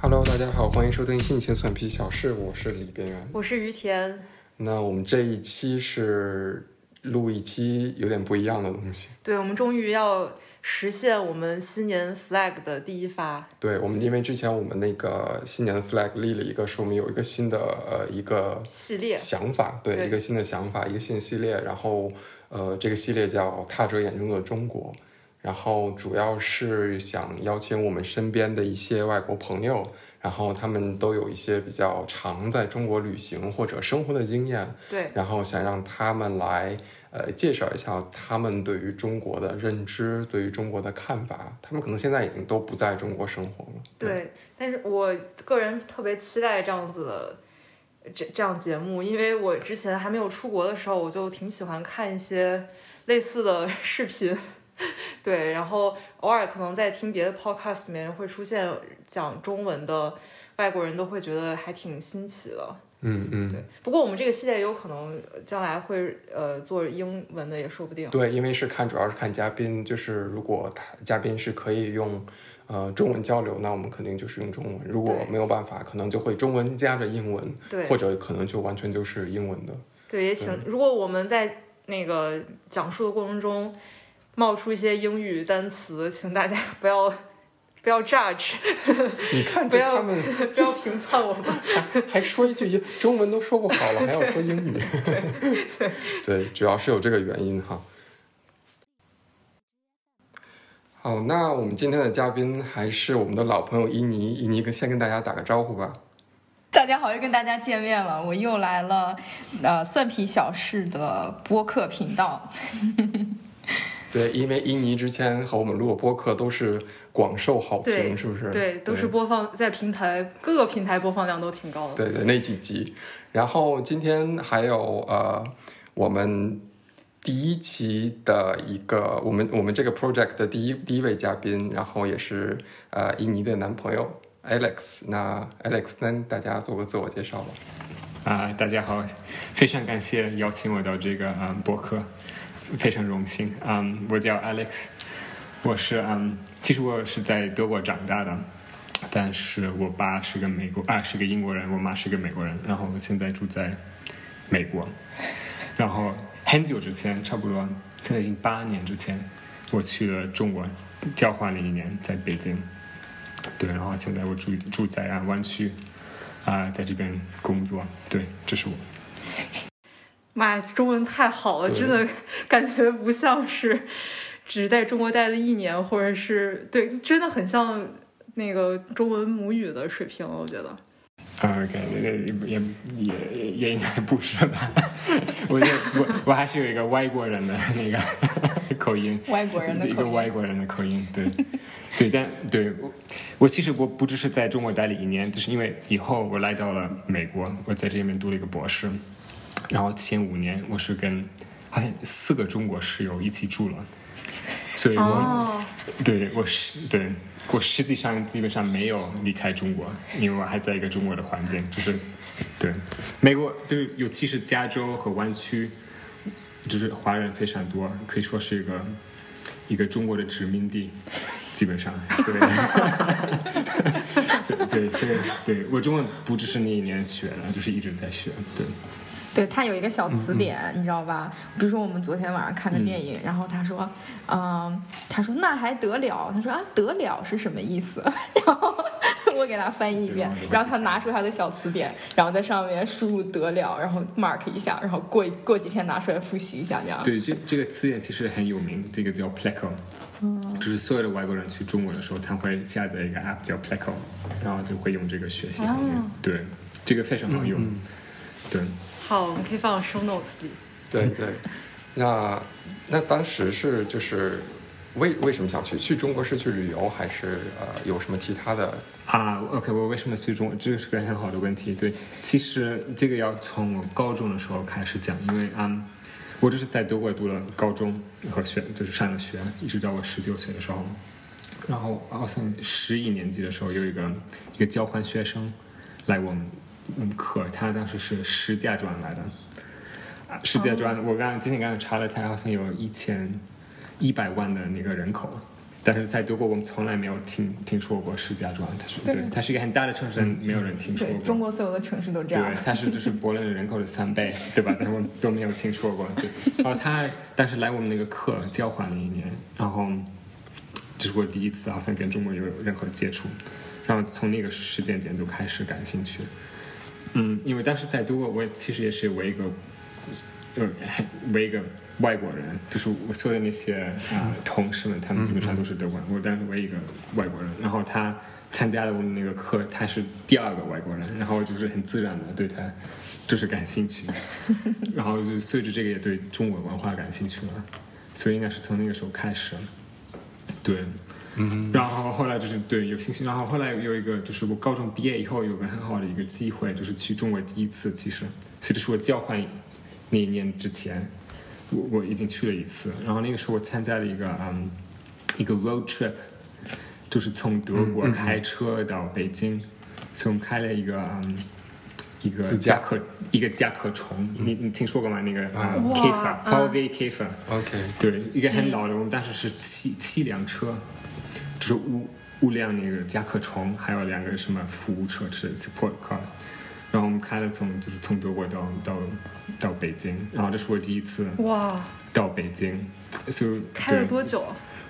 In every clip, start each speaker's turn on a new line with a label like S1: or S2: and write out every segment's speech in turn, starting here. S1: Hello，大家好，欢迎收听《性情损皮小事》，我是李边缘。
S2: 我是于田，
S1: 那我们这一期是录一期有点不一样的东西。
S2: 对我们终于要实现我们新年 flag 的第一发，
S1: 对我们，因为之前我们那个新年的 flag 立了一个，是我们有一个新的呃一个
S2: 系列
S1: 想法，对
S2: 对
S1: 一个新的想法，一个新系列。然后呃，这个系列叫《踏者眼中的中国》，然后主要是想邀请我们身边的一些外国朋友，然后他们都有一些比较长在中国旅行或者生活的经验，
S2: 对
S1: 然后想让他们来呃介绍一下他们对于中国的认知，对于中国的看法。他们可能现在已经都不在中国生活了。
S2: 对。但是我个人特别期待这样子的这这样节目，因为我之前还没有出国的时候，我就挺喜欢看一些类似的 视频，对，然后偶尔可能在听别的 podcast 里面会出现讲中文的外国人都会觉得还挺新奇的，
S1: 嗯嗯，
S2: 对，不过我们这个系列有可能呃将来会呃做英文的也说不定。
S1: 对，因为是看主要是看嘉宾，就是如果他嘉宾是可以用呃中文交流，那我们肯定就是用中文；如果
S2: 对
S1: 没有办法，可能就会中文加着英文，
S2: 对
S1: 或者可能就完全就是英文的。
S2: 对，也请如果我们在那个讲述的过程中冒出一些英语单词，请大家不要 不要 judge，
S1: 你看，
S2: 不
S1: 这
S2: 要
S1: 他们
S2: 不要评判我们。
S1: 还说一句英中文都说不好 了，还要说英语。对，主要是有这个原因哈。好，那我们今天的嘉宾还是我们的老朋友伊尼，伊尼跟先跟大家打个招呼吧。
S3: 大家好，又跟大家见面了，我又来了，呃，蒜皮小事的播客频道。
S1: 对，因为伊尼之前和我们录过播客都是广受好
S2: 对，
S1: 评，是不是？
S2: 对，都是播放在平台各个平台播放量都挺高的。
S1: 对对那几集。然后今天还有呃，我们第一期的一个我们我们这个 project 的第一第一位嘉宾，然后也是呃伊尼的男朋友 Alex。那 Alex 跟大家做个自我介绍吧。
S4: 啊、大家好，非常感谢邀请我到这个啊、博客，非常荣幸。嗯，我叫 Alex，我是嗯，其实我是在德国长大的，但是我爸是个美国啊，是个英国人，我妈是个美国人，然后我现在住在美国，然后很久之前，差不多现在已经八年之前，我去了中国交换了一年，在北京，对，然后现在我住住在啊湾区。啊、在这边工作。对，这是我。
S2: 妈呀，中文太好了，
S1: 对
S2: 真的感觉不像是只在中国待了一年，或者是对，真的很像那个中文母语的水平，我觉得。
S4: 啊 OK，也也也也应该不是吧？ 我就我我还是有一个外国人的那个口音，
S3: 外国人的口音
S4: 一个外国人的口音，对， 对，但对我我其实我不只是在中国待了一年，就是因为以后我来到了美国，我在这边读了一个博士，然后前五年我是跟好像四个中国室友一起住了，所以我、
S2: 哦，
S4: 对我是对我实际上基本上没有离开中国，因为我还在一个中国的环境，就是对美国，就是尤其是加州和湾区，就是华人非常多，可以说是一个一个中国的殖民地，基本上，所以。 所以对，所以对我中文不只是那一年学的，就是一直在学。对，
S3: 对，它有一个小词典，你知道吧？比如说我们昨天晚上看个电影，然后他说，嗯、他说那还得了？他说啊，得了是什么意思？ 然后我给他翻译一遍
S4: 这个我就会，
S3: 然后他拿出他的小词典，然后在上面输入得了，然后 mark 一下，然后过过几天拿出来复习一下，这样。
S4: 对，这这个词典其实很有名，这个叫 Pleco，、就是所有的外国人去中国的时候，他会下载一个 app 叫 Pleco，然后就会用这个学习方面。对，这个非常好用。对，
S2: 好，我们可以放 show notes 里。
S1: 对 对，那那当时是就是为为什么想去去中国是去旅游还是呃有什么其他的？
S4: 啊，OK，我为什么去中国？这个是个很好的问题。对，其实这个要从我高中的时候开始讲，因为嗯，我就是在德国读了高中和学，就是上了学，一直到我十九岁的时候，然后好像十一年级的时候有一个一个交换学生来我们我们课，他当时是石家庄来的，啊石
S3: 哦
S4: 家庄，我刚今天刚才查了，他好像有一千一百万的那个人口。但是在德国我们从来没有听听说过石家庄，它是
S3: 对
S4: 对，它是一个很大的城市，但没有人听说
S3: 对，
S4: 过。
S3: 中国所有的城市都这样
S4: 对。，它是就是柏林人口的三倍，对吧？但我们都没有听说过。对，然后他当时来我们那个课交换了一年，然后这是我第一次好像跟中国有任何接触，然后从那个时间点就开始感兴趣。嗯，因为当时在德国，我也其实也是为一个，呃，为一个外国人，就是我所有的那些啊、呃同事们，他们基本上都是德国人，我当时为一个外国人，然后他参加了我们那个课，他是第二个外国人，然后就是很自然的对他就是感兴趣，然后就随着这个也对中国文化感兴趣了，所以应该是从那个时候开始，对，然后后来就是对有兴趣，然后后来有一个就是我高中毕业以后有个很好的一个机会，就是去中国第一次，其实，所以这是我交换那一年之前，我我已经去了一次，然后那个时候我参加了一个嗯一个 road trip，就是从德国开车到北京，所以我们开了一个嗯一个
S1: 自驾
S4: 甲壳一个甲壳虫，你你听说过吗？那个
S1: 啊
S4: 嗯 k e f a
S2: 哇
S4: v v k e f a
S1: OK，
S4: 对，一个很老的，我们当时是七七辆车，就是五五辆那个甲壳虫，还有两个什么服务车，是 support car。然后我们开了从就是从德国到到到北京，然后这是我第一次
S2: 哇，
S4: 到北京，所以
S2: 开了
S4: 对
S2: 多
S1: 啊
S2: 久？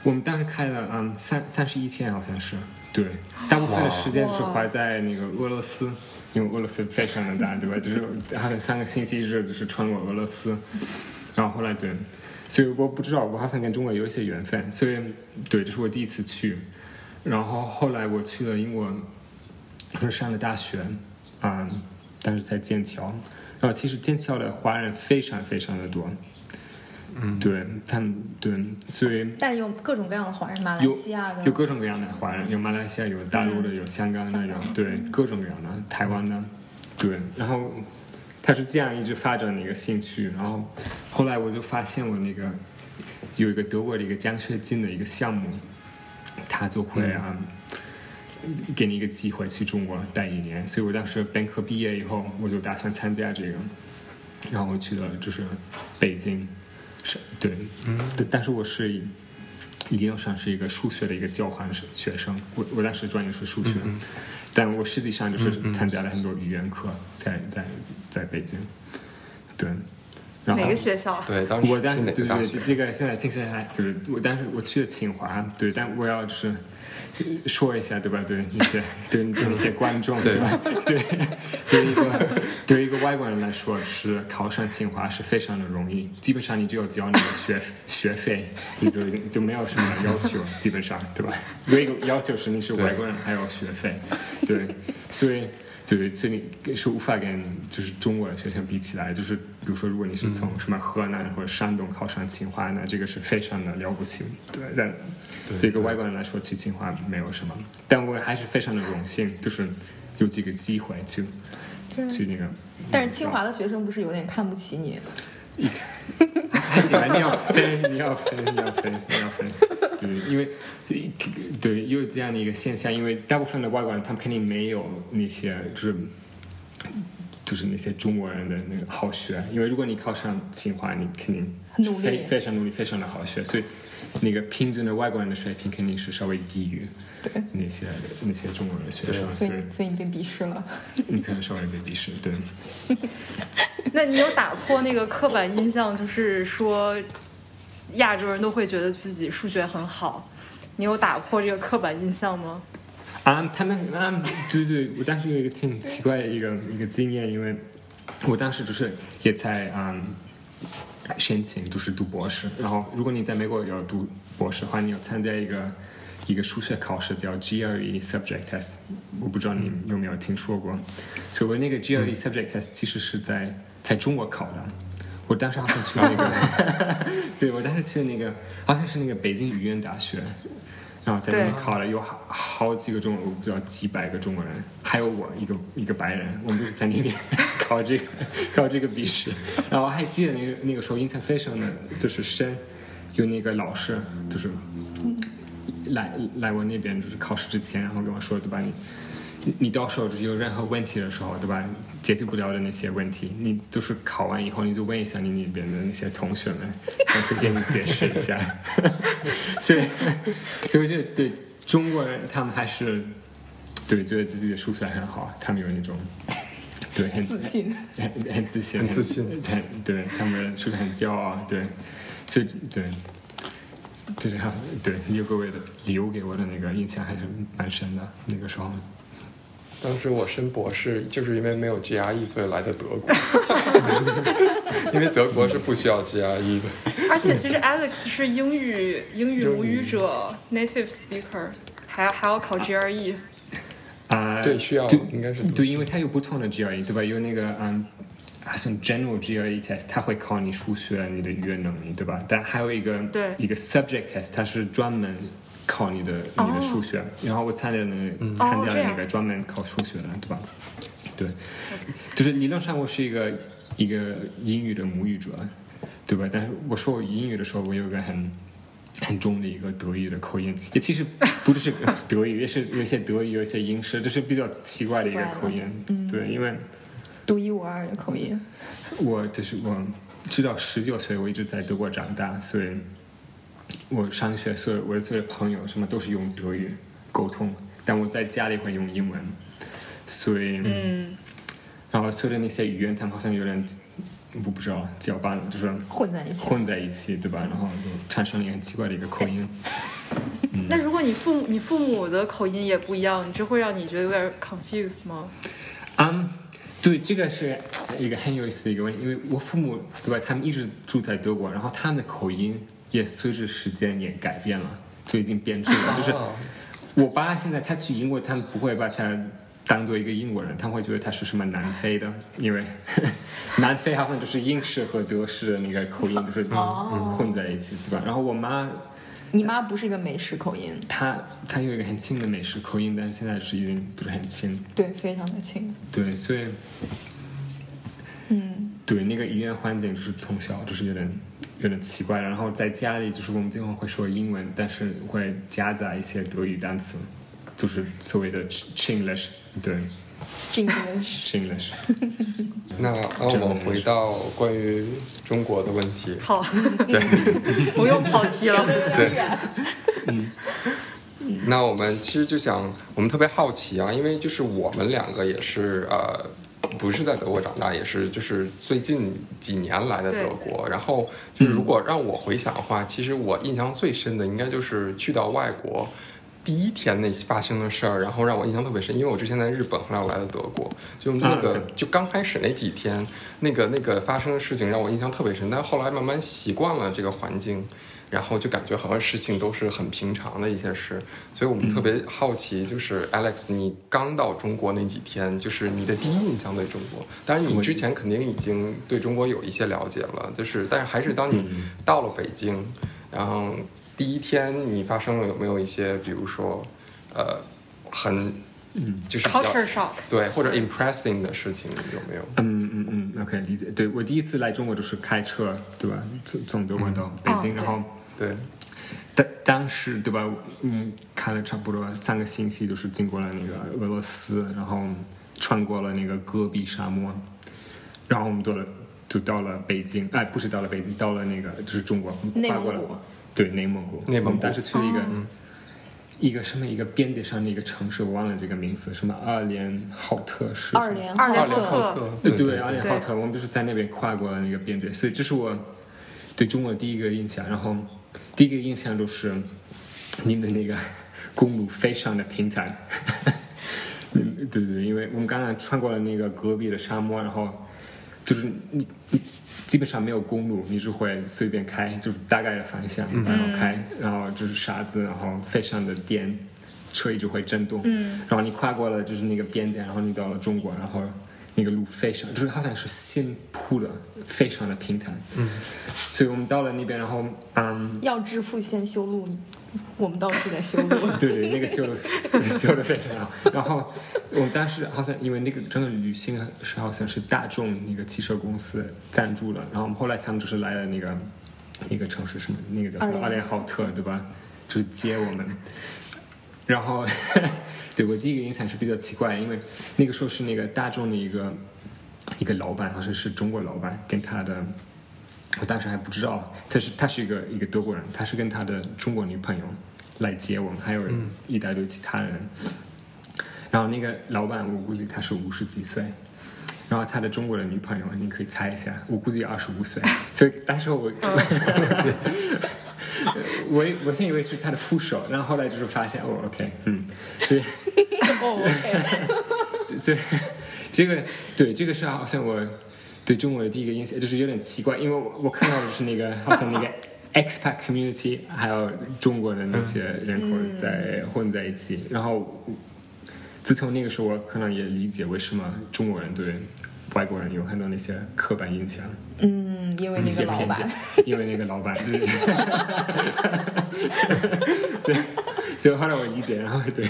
S4: 我们当时开了嗯三三十一天好像是，对，大部分的时间就是花在那个俄罗斯，因为俄罗斯非常的大，对吧？就是还有三个星期日就是穿过俄罗斯，然后后来对，所以我不知道，我好像跟中国有一些缘分，所以对，这是我第一次去，然后后来我去了英国，就是上了大学，嗯，但是在剑桥，然后其实剑桥的华人非常非常的多。嗯，对他们对，所以
S3: 但是有各种各样的华人，马来
S4: 有
S3: 西亚的嗯
S4: 有，各种各样的华人，有马来西亚，有大陆的，有香港的，有对各种各样的台湾的，对。然后他是这样一直发展的一个兴趣，然后后来我就发现我那个有一个德国的一个奖学金的一个项目，他就会啊、给你一个机会去中国待一年，所以我当时本科毕业以后，我就打算参加这个，然后我去了就是北京，是对，对，但是我是以理论上是一个数学的一个交换学生，我我当时专业是数学，但我实际上就是参加了很多语言课，在在在北京，对，然后
S2: 哪个学校？
S1: 对，当时
S4: 我当
S1: 是
S4: 时
S1: 哪
S4: 对
S1: 个
S4: 对
S1: 大
S4: 对
S1: 学，？
S4: 这个现在听起来就是我当时我去了清华，对，但我要就是呃说一下，对吧？对那些对对那些观众，
S1: 对
S4: 对吧？对对于一个对于一个外国人来说，是考上清华是非常的容易，基本上你只有交你的学学费，你就就没有什么要求，基本上对吧？唯一个要求是你是外国人，还有学费， 对，所以。对，这里是无法跟就是中国的学生比起来，就是比如说，如果你是从什么河南或者山东考上清华，那这个是非常的了不起。对，但对一个外国人来说，去清华没有什么，但我还是非常的荣幸，就是有这个机会去去那个。
S3: 但是清华的学生不是有点看不起你？
S4: 还行吧，你要飞，你要飞，你要飞，你要飞。对，因为对又有这样的一个现象，因为大部分的外国人他们肯定没有那些就是就是那些中国人的那个好学，因为如果你考上清华，你肯定
S3: 很努力
S4: 非非常努力，非常的好学，所以那个平均的外国人的水平肯定是稍微低于那些那些中国人的学生，
S3: 所
S4: 所以
S3: 以所以你被鄙视了。
S4: 你可能稍微被鄙视，对。
S2: 那你有打破那个刻板印象，就是说亚洲人都会觉得自己数学很好，你有打破这个刻板印 象吗？
S4: 啊，他们啊，对对，我当时有一个挺奇怪的一个一个经验，因为我当时就是也在嗯申请就是读博士，然后如果你在美国要读博士的话，你要参加一个一个数学考试叫 GRE Subject Test，我不知道你有没有听说过，所以我那个 GRE Subject Test 其实是在在中国考的。我当时好像去那个，对我当时去那个好像是那个北京语言大学，然后在那边
S2: 对
S4: 考了有好好几个中国，我不知道几百个中国人，还有我一个一个白人，我们就是在那边 考这个考这个笔试。然后我还记得那个那个时候印象非常的就是深，有那个老师就是来来我那边就是考试之前，然后跟我说，对吧？你你你到时候有任何问题的时候，对吧？解决不了的那些问题，你就是考完以后，你就问一下你那边的那些同学们，他可以给你解释一 下。所以，所以我觉得对中国人，他们还是对觉得自己的数学很好，他们有那种对很
S3: 自信。
S4: 很很自信，
S1: 很自信
S4: 很 对他们是不是很骄傲？啊对，这对，这是他对留给我的留给我的那个印象还是蛮深的。那个时候，
S1: 当时我申博士就是因为没有 GRE，所以来的德国，因为德国是不需要 GRE 的。
S2: 而且其实 Alex 是英语英语母语者 （native speaker），还还要考 E GRE。
S4: 啊、
S1: 对，需要
S4: 对
S1: 应该是读
S4: 对，因为它有不同的 GRE，对吧？有那个嗯，好像 General GRE test，它会考你数学、你的语言能力，对吧？但还有一个
S2: 对
S4: 一个 subject test，它是专门考你的你的数学。然后我参加了那个参加
S2: 哦嗯这
S4: 了那
S2: 样
S4: 个专门考数学的，对吧？对，就是理论上我是一个一个英语的母语者，对吧？但是我说我英语的时候，我有一个很很重的一个德语的口音，也其实不只是德语，也是有一些德语，有一些英式，就是比较奇怪的一个嗯口音。对，因为
S3: 独一无二的口音。
S4: 我就是我直到十九岁，我一直在德国长大，所以我上学，所有我的所有的朋友什么都是用德语沟通，但我在家里会用英文，所以
S2: 嗯，
S4: 然后所有的那些语言，他们好像有点我不知道搅拌，就是
S3: 混在一起
S4: 混在一起，对吧？然后就产生了一个很奇怪的一个口音。
S1: 嗯
S2: 那如果你父母你父母的口音也不一样，你这会让你觉得有点 confused 吗？
S4: 嗯，对，这个是一个很有意思的一个问题，因为我父母对吧，他们一直住在德国，然后他们的口音也随着时间也改变了，就已经变质了。就是
S1: 哦
S4: 我爸现在他去英国，他们不会把他当做一个英国人，他们会觉得他是什么南非的，因为 南非好像就是英式和德式的那个口音就是嗯混在一起，对吧？然后我妈
S3: 你妈不是一个美式口音，
S4: 她她有一个很轻的美式口音，但是现在是已经不是很轻，
S3: 对，非常的轻。
S4: 对，所以。
S3: 嗯，
S4: 对，那个语言环境就是从小就是有点有点奇怪，然后在家里就是我们经常会说英文，但是会夹杂一些德语单词，就是所谓的 Chinglish，对
S3: English。
S4: Chinglish。
S1: 那那我们回到关于中国的问题，
S2: 好，
S1: 对，
S2: 我又跑 题了。
S1: 对那我们其实就想，我们特别好奇啊，因为就是我们两个也是呃，不是在德国长大，也是就是最近几年来的
S2: 对
S1: 德国。然后就是如果让我回想的话，其实我印象最深的应该就是去到外国。第一天那发生的事儿，然后让我印象特别深，因为我之前在日本，后来我来了德国，就那个、
S4: 啊
S1: 就刚开始那几天，那个那个发生的事情让我印象特别深，但后来慢慢习惯了这个环境，然后就感觉好像事情都是很平常的一些事，所以我们特别好奇，就是 Alex，你刚到中国那几天，就是你的第一印象对中国，当然你之前肯定已经对中国有一些了解了，就是但是还是当你到了北京，然后第一天你发生了有没有一些，比如说，呃，很
S4: 嗯
S1: 就是比较
S2: Culture shock。
S1: 对或者 impressing 的事情有没有？
S4: 嗯嗯嗯，OK，理解。对我第一次来中国就是开车，对吧？从从德国到北京，
S2: 哦
S4: 然后
S1: 对，
S4: 当当时对吧？嗯，开了差不多三个星期，就是经过了那个俄罗斯，然后穿过了那个戈壁沙漠，然后我们到了就到了北京，哎，不是到了北京，到了那个就是中国，
S3: 内蒙古
S4: 跨过了对内蒙古，
S1: 内蒙古
S4: 我们当时去了一个、一个什么一个边界上的一个城市，我忘了这个名字，什么二连浩特市，
S3: 二连
S2: 二
S1: 二
S2: 连
S1: 连
S2: 浩
S1: 浩
S2: 特
S1: 特，
S4: 对
S1: 对
S4: 二连
S2: 对
S4: 浩特，我们就是在那边跨过了那个边界，所以这是我对中国的第一个印象。然后第一个印象就是你们的那个公路非常的平坦， 嗯对对对，因为我们刚刚穿过了那个戈壁的沙漠，然后就是你你基本上没有公路，你只会随便开，就是大概的方向，然后开，然后就是沙子，然后非常的颠，车一直会震动，嗯，然后你跨过了就是那个边界，然后你到了中国，然后那个路非常就是好像是新铺的，非常的平坦，嗯，所以我们到了那边，然后嗯。
S3: 要致富先修路，我们到处在修
S4: 。
S3: 路
S4: 对对，那个修的修的非常好。然后我们当时好像因为那个整个旅行是好像是大众那个汽车公司赞助了，然后我们后来他们就是来了那个那个城市什么那个叫什么
S3: 二连
S4: 阿连浩特对吧？就是接我们。然后对我第一个印象是比较奇怪，因为那个时候是那个大众的一个一个老板，好像是中国老板，跟他的我当时还不知道，他是他是一个一个德国人，他是跟他的中国女朋友来接我们，还有一大堆其他人。然后那个老板，我估计他是五十几岁，然后他的中国的女朋友，你可以猜一下，我估计二十五岁。所以当时我，我我先以为是他的副手，然后后来就是发现哦，OK，嗯，所以。
S3: 哦，OK，
S4: 这这个对这个是好像我对中国的第一个印象，就是有点奇怪，因为我我看到的是那个好 像那个 expat community，还有中国的那些
S3: 嗯
S4: 人口在混在一起，然后自从那个时候，我可能也理解为什么中国人对外国人有很多那些刻板印象，
S3: 嗯，因为
S4: 一
S3: 那
S4: 些
S3: 个老
S4: 偏见
S3: 板，，
S4: 因为那个老板， 对对对所以所以后来我理解，然后对，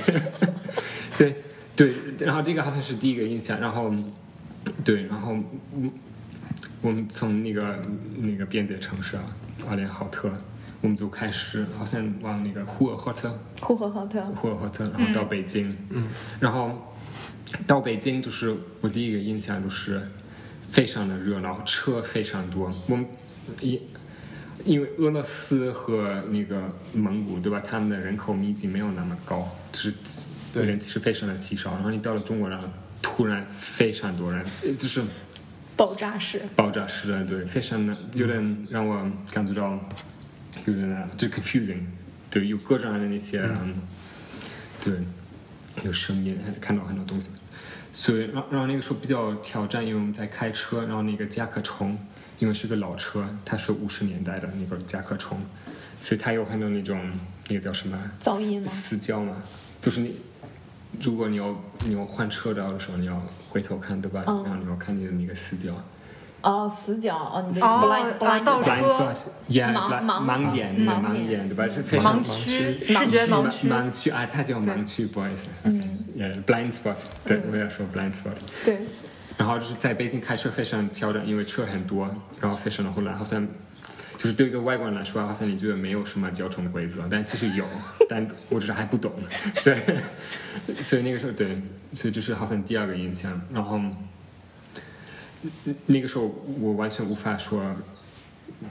S4: 所以对，然后这个好像是第一个印象，然后对，然后嗯我们从那个那个边界城市啊，阿联浩特，我们就开始好像往那个呼和浩特
S3: 呼和浩特，
S4: 呼和浩特，然后到北京，嗯，然后到北京就是我第一个印象就是非常的热闹，车非常多。我们因因为俄罗斯和那个蒙古对吧，他们的人口密集没有那么高，就是
S1: 对
S4: 人其实非常的稀少。然后你到了中国，然后突然非常多人，呃就是
S3: 爆炸式，
S4: 爆炸式的，对，非常的有点让我感觉到有点啊就 confusing，对，有各种各样的那些，嗯、对，有声音，还看到很多东西，所以让让那个时候比较挑战，因为我们在开车，然后那个甲壳虫，因为是个老车，它是五十年代的那个甲壳虫，所以它有很多那种那个叫什么
S3: 噪音吗
S4: 死角嘛，就是你。如果你要你要换车道的时候，你要回头看，对吧？
S3: 嗯
S4: 然后你要看你的那个死角，
S3: 哦，死角，哦，你的
S2: 哦
S3: blind
S2: 啊到
S3: blind，
S2: 处
S4: blind spot，yeah，
S3: 盲
S4: blind-
S3: 盲
S4: 盲点，对
S3: 盲
S4: 盲点，对吧？是非
S2: 盲
S4: 常
S2: 区，
S4: 盲
S2: 视觉盲
S4: 区，
S2: 区，
S4: 盲区啊，它叫盲区，不好意思，yeah，blind
S2: 嗯
S4: 呃 spot，对，我要说 blind spot。
S3: 对，
S4: 然后就是在北京开车非常挑战，因为车很多，然后非常的混乱，好像就是对一个外国人来说，好像你觉得没有什么交通规则，但其实有，但我只是还不懂，所以所以那个时候对，所以这是好像第二个印象，然后嗯那个时候我完全无法说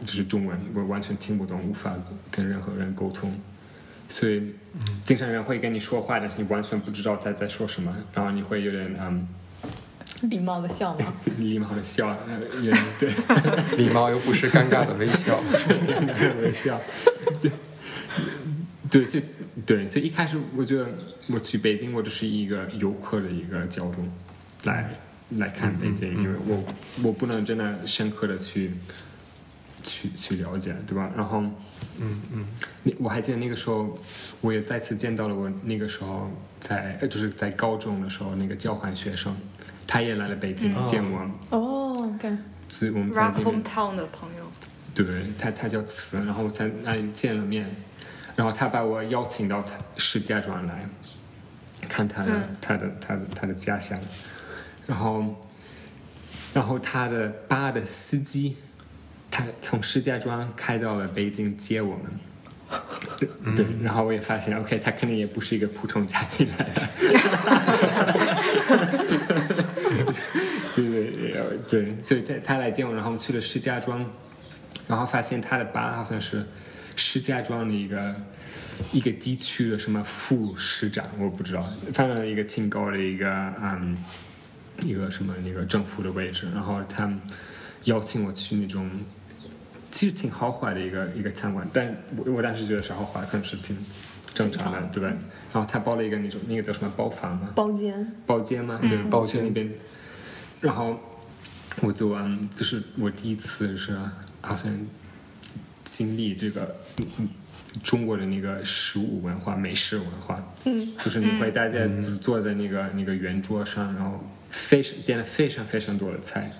S4: 就是中文，我完全听不懂，无法跟任何人沟通。所以，经常有人会跟你说话，但是你完全不知道在在说什么，然后你会有点嗯，
S3: 礼貌的笑吗？
S4: 礼貌的笑，呃也对，
S1: 礼貌又不失尴尬的 微笑。
S4: 礼貌的笑， 对，对，所以对，所以一开始我觉得我去北京，我只是一个游客的一个角度来来看北京，因为我我不能真的深刻的去去去了解，对吧？然后，嗯嗯，我还记得那个时候，我也再次见到了我那个时候在呃就是在高中的时候那个交换学生，他也来了北京
S1: 嗯
S4: 见我。
S3: 哦，OK，
S4: 所以我们在
S2: Rock
S4: 那边
S2: Hometown 的朋友，
S4: 对，他他叫慈，然后我在那里见了面，然后他把我邀请到他石家庄来，看他的、
S2: 嗯
S4: 他的他的他的家乡，然后，然后他的巴的司机，他从石家庄开到了北京接我们。对对，然后我也发现，OK，他肯定也不是一个普通家庭来的，对对呃对，所以他他来见我，然后我们去了石家庄，然后发现他的爸好像是石家庄的一个一个地区的什么副市长，我不知道，反正一个挺高的一个嗯一个什么那个政府的位置，然后他们邀请我去那种其实挺豪华的一个一个餐馆，但我我当时觉得是豪华，可能是挺正常的，对吧？然后他包了一个那种那个叫什么包房啊吗？
S3: 包间，
S4: 包间吗？对，
S1: 包
S4: 去
S1: 间
S4: 那边。然后我就嗯，就是我第一次是好像经历这个嗯嗯中国的那个食物文化、美食文化。嗯，就是你会大家就是坐在那个、那个圆桌上，然后非常点了非常非常多的菜。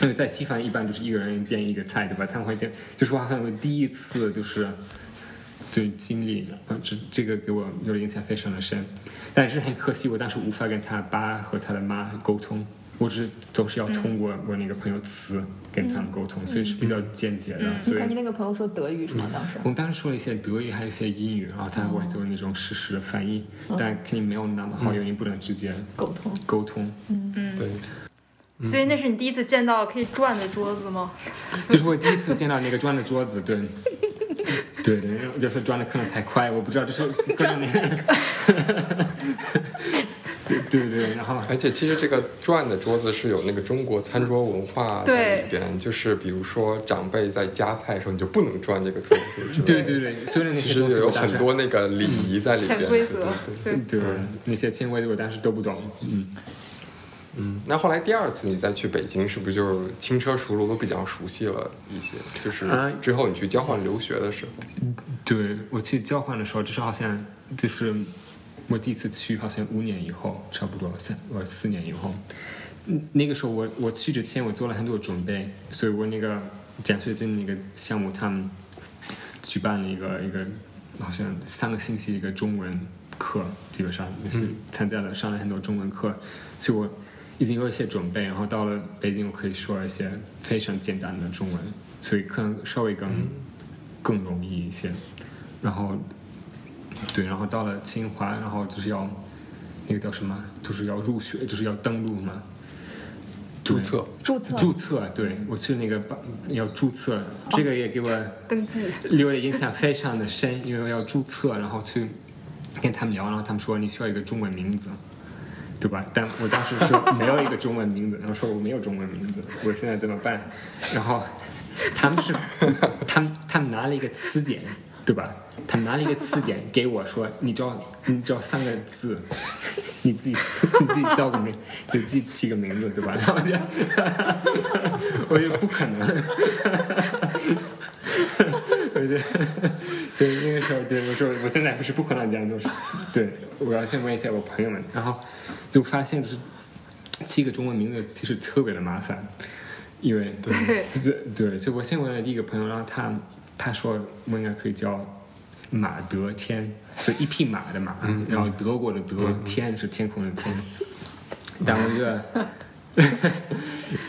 S4: 因为在西方一般就是一个人点一个菜，对吧？他们会点，就是我好像我第一次就是对经历，呃这这个给我留的印象非常的深。但是很可惜，我当时无法跟他爸和他的妈沟通，我只总是要通过我那个朋友词跟他们沟通，所以是比较间接的。
S3: 你
S4: 所以
S3: 和你那个朋友说德语是吗？当时
S4: 我们当时说了一些德语，还有一些英语，然啊后他还会做那种实时的翻译，但肯定没有那么好，因为不能直接
S3: 沟通。
S4: 沟通。
S2: 嗯
S1: 对，嗯
S2: 所以那是你第一次见到可以转的桌子吗？
S4: 这是我第一次见到那个砖的桌子，对，对对，就是砖的可能太快，我不知道，就是可能那个，对 对对，然后
S1: 而且其实这个转的桌子是有那个中国餐桌文化在
S2: 对
S1: 里边，就是比如说长辈在夹菜的时候，你就不能转这个桌子之类的。
S4: 对对对，虽然那
S1: 其
S4: 些
S1: 实
S4: 东西
S1: 有
S4: 我当
S1: 很
S4: 时
S1: 多嗯那个礼仪在里边。
S2: 潜规则
S1: 对，
S2: 对，
S4: 对那些纤维我当时都不懂，嗯，
S1: 嗯，那后来第二次你再去北京，是不是就轻车熟路都比较熟悉了一些？就是
S4: 啊
S1: 之后你去交换留学的时候，
S4: 对我去交换的时候，就是好像就是我第一次去，好像五年以后，差不多三呃四年以后。嗯那个时候我我去之前我做了很多准备，所以我那个奖学金那个项目他们举办了一个一个好像三个星期一个中文课，基本上就是参加了上了很多中文课，所以我已经有一些准备，然后到了北京我可以说一些非常简单的中文，所以可能稍微更、更容易一些。然后对，然后到了清华，然后就是要那个叫什么，就是要入学，就是要登录嘛。
S1: 注册
S3: 注册
S4: 注册，对我去那个办要注册，这个也给我
S2: 登记。
S4: 留的印象非常的深，因为我要注册，然后去跟他们聊，然后他们说你需要一个中文名字，对吧？但我当时说没有一个中文名字，然后说我没有中文名字，我现在怎么办？然后他们是他们他们拿了一个词典，对吧？他们拿了一个词典给我说，你只要你只要三个字，你自己你自己叫个名，就自己起个名字，对吧？然后我就 我就不可能。我觉得， 所以那个时候，对我说，我现在不是不可能这样，就是对，我要先问一下我朋友们，然后就发现就是起个中文名字其实特别的麻烦，因为对是对，所以我先问了第一个朋友，然后他他说我应该可以叫马德天，就一匹马的马，然后德国的德，天是天空的天，但我觉得。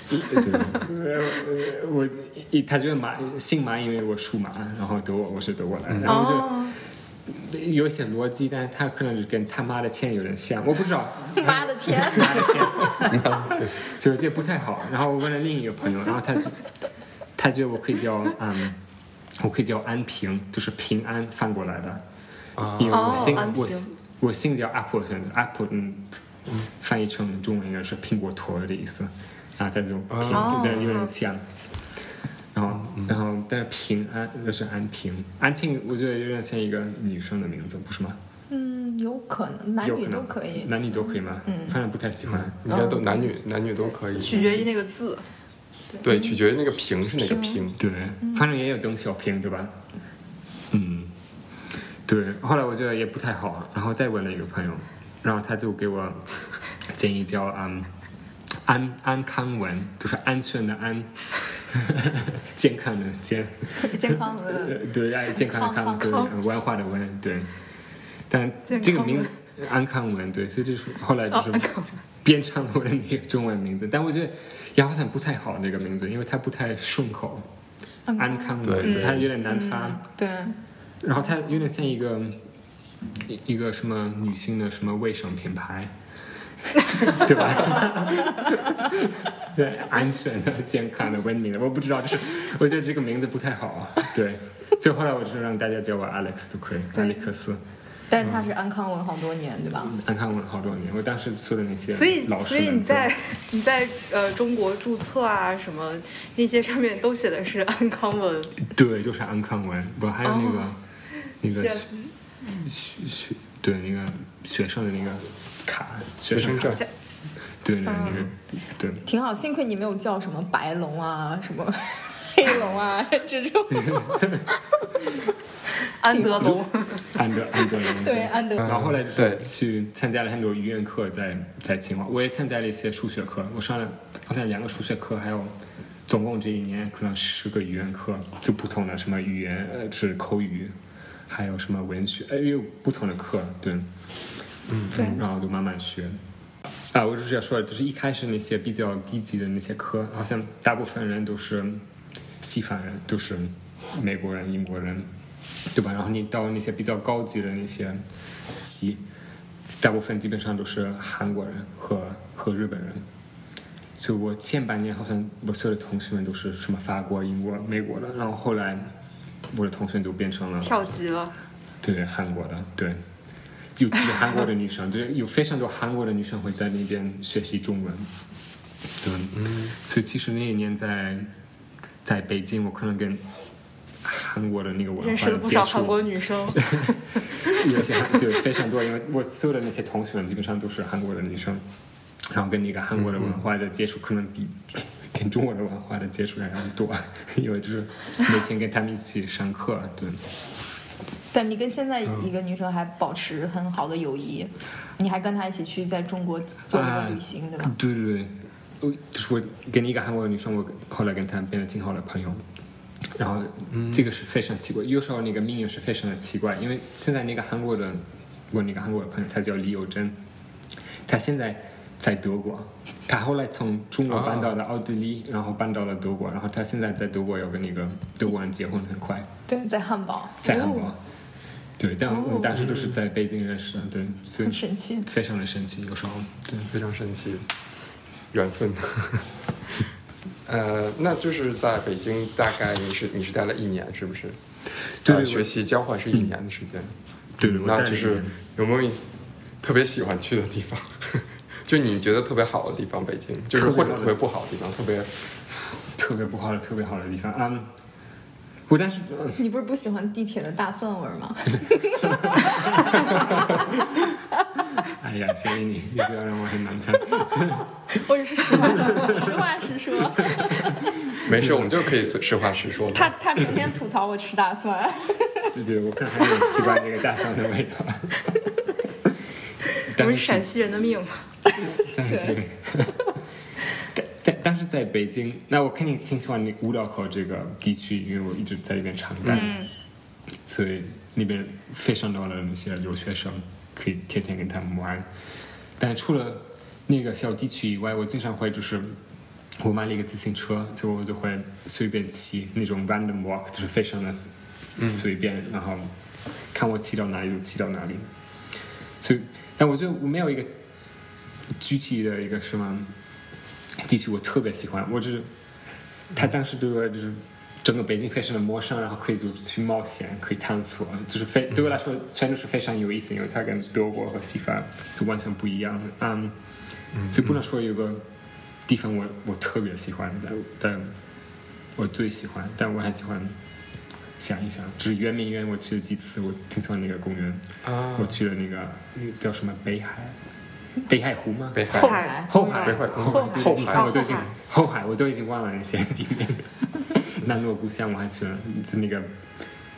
S4: 对，我我一他觉得马姓马，因为我属马，然后德国我是德国人，然后就
S2: 哦，
S4: 有一些逻辑，但是他可能是跟他妈的天有点像，我不知道，
S3: 妈的天！
S4: 妈的天，就是这不太好。然后我问了另一个朋友，然后他就他觉得我可以叫嗯，我可以叫安平，就是平安翻过来的，
S1: 啊，
S4: 因为我
S2: 哦
S4: 姓、
S2: 安平
S4: 我姓我姓叫 Apple 先生，Apple 嗯，翻译成中文应该是苹果头的意思，然后它就平，
S2: 哦
S4: 对，有点像。然后，然后，但是平安那是安平，安平我觉得有点像一个女生的名字，不是吗？
S3: 嗯，有可能男
S4: 有
S3: 女
S4: 可
S3: 都
S4: 能
S3: 可以。嗯
S4: 男女都可以吗？反正不太喜欢。
S1: 应该都男女男女都可以，
S2: 哦取决于那个 字。
S1: 对，取决于那个平是哪个平。
S4: 对，
S2: 嗯
S4: 反正也有邓小平，对吧？嗯，对。后来我觉得也不太好，然后再问了一个朋友，然后他就给我建议叫嗯安安康文，就是安全的安， 健康的健，
S3: 健康
S4: 呃
S3: 的，
S4: 对，爱健康的康，
S3: 康
S4: 对，
S2: 康
S4: 文化的文，对。但
S2: 健
S4: 这个
S2: 康
S4: 名
S2: 文
S4: 字安康文，对，所以就是后来就
S2: 哦
S4: 是。，
S2: 安康文
S4: 编上了我的那个中文名字，但我觉得也好像不太好那个名字，因为它不太顺口。
S3: 嗯
S4: 安康
S1: 对
S4: 文，
S1: 对
S4: 它有点难
S2: 嗯
S4: 发，
S3: 对，
S4: 然后它有点像一个一一个什么女性的什么卫生 品牌，对吧？ 对，安全的、健康的、文明的，我不知道，就是我觉得这个名字不太好。对，所以后来我就让大家叫我 Alex 就可以，
S3: 对
S4: 艾利克斯。
S3: 但是他是安康文好多年，对吧？
S4: 安康文好多年，我当时说的那 些
S2: 所以，
S4: 老师
S2: 所以
S4: 们
S2: 你
S4: 就
S2: 在你在呃中国注册啊什么那些上面都写的是安康文，
S4: 对，就是安康文，我还有那个、
S2: 哦
S4: 那个
S2: 天
S4: 学学学对那个学生的那个卡，学
S1: 学生
S4: 卡
S1: 证，
S4: 对对那
S3: 嗯
S4: 个对。
S3: 挺好，幸亏你没有叫什么白龙啊，什么黑龙啊这种。
S2: 安 德龙。
S4: 安德安 德龙
S3: 对，安德
S4: 然后后来就
S1: 对
S4: 是去参加了很多语言课在，在清华，我也参加了一些数学课，我上了好像两个数学课，还有总共这一年可能十个语言课，就不同的什么语言呃是口语，还有什么文学，呃也有不同的课，对，嗯
S3: 对
S4: 然后就慢慢学。啊、啊，我只是要说，就是一开始那些比较低级的那些科，好像大部分人都是西方人，都是美国人、英国人，对吧？然后你到那些比较高级的那些级，大部分基本上都是韩国人和和日本人。所以我前半年好像我所有的同学们都是什么法国、英国、美国的，然后后来我的同学都变成了
S2: 跳级了。
S1: 啊
S4: 对韩国的，对，尤其是韩国的女生， 就是有非常多韩国的女生会在那边学习中文。对，所以其实那一年在在北京，我可能跟韩国的那个文化
S2: 认识了不少韩国女生，
S4: 有些韩对非常多，因为我所有的那些同学们基本上都是韩国的女生，然后跟那个韩国的文化的接触可能比跟中国的文化的接触还要多，因为就是每天跟他们一起上课，对。
S3: 对你跟现在一个女生还保持很好的友谊，你还跟她一起去在中国做一个旅行，对吧？
S4: 对对对，我就是我跟一个韩国的女生，我后来跟她变得挺好的朋友。然后这个是非常奇怪，有时候那个命运是非常的奇怪，因为现在那个韩国的，我那个韩国的朋友，他叫李友珍，他现在在德国，他后来从中国搬到了奥地利，然后搬到了德国，然后他现在在德国有个那个德国人结婚很快，
S3: 对，在汉堡，
S4: 在汉
S3: 哦
S4: 堡。对，但我们当时都是在北京认识的，对，所以
S3: 很神奇。
S4: 非常的神奇，有时候
S2: 嗯
S4: 对。
S1: 非常神奇，缘 分。呃，那就是在北京，大概你是你是待了一年，是不是？
S4: 对
S1: 呃
S4: 我
S1: 学习交换是一年的时间。
S4: 对对我
S1: 那
S4: 待了
S1: 就
S4: 一
S1: 是
S4: 年
S1: 有没有特别喜欢去的地方？ 就你觉得特别好的地方，北京就是或者特
S4: 特别好的
S1: 别不好的地方，特别
S4: 特别不好的特别好的地方。嗯，我但是、呃
S3: 你不是不喜欢地铁的大蒜味儿吗？
S4: 哎呀，小丽你你不要让我很难看。
S3: 我只是实话实话实说，
S1: 没
S4: 嗯
S1: 事，我们就可以随实话实说的。
S3: 他他成天吐槽我吃大蒜，
S4: 对对，我看还有点奇怪那个大蒜的味道。
S2: 我
S4: 但
S2: 们陕西人的命。
S4: 在
S3: 对
S4: 对。但 但但是在北京，那我肯定挺喜欢那五道口这个地区，因为我一直在那边长待，
S2: 嗯，
S4: 所以那边非常多的那些留学生，可以天天跟他们玩。但除了那个小地区以外，我经常会就是我买了一个自行车，就我就会随便骑那种 random walk，就是非常的随随便，然后看我骑到哪里就骑到哪里。所以，但我就我没有一个具体的一个什么地区我特别喜欢，我只是他当时对我就是整个北京非常的陌生，然后可以就去冒险，可以探索，就是非对我来说全都是非常有意思，因为它跟德国和西方就完全不一样。嗯，所以不能说有个地方我我特别喜欢，但但我最喜欢，但我还喜欢。想一想，就是圆明园，我去了几次，我挺喜欢那个公园。
S1: 啊
S4: 我，去了那个那个叫什么北海，北海湖吗？
S1: 北海
S2: 后啊
S3: 海
S2: 海，
S4: 后海
S1: 北海
S3: 后海
S1: 后
S4: 你
S1: 海
S2: 哦
S4: 看我都已经后海，我都已经忘了那些地 名。南锣鼓巷我还去了，就那个，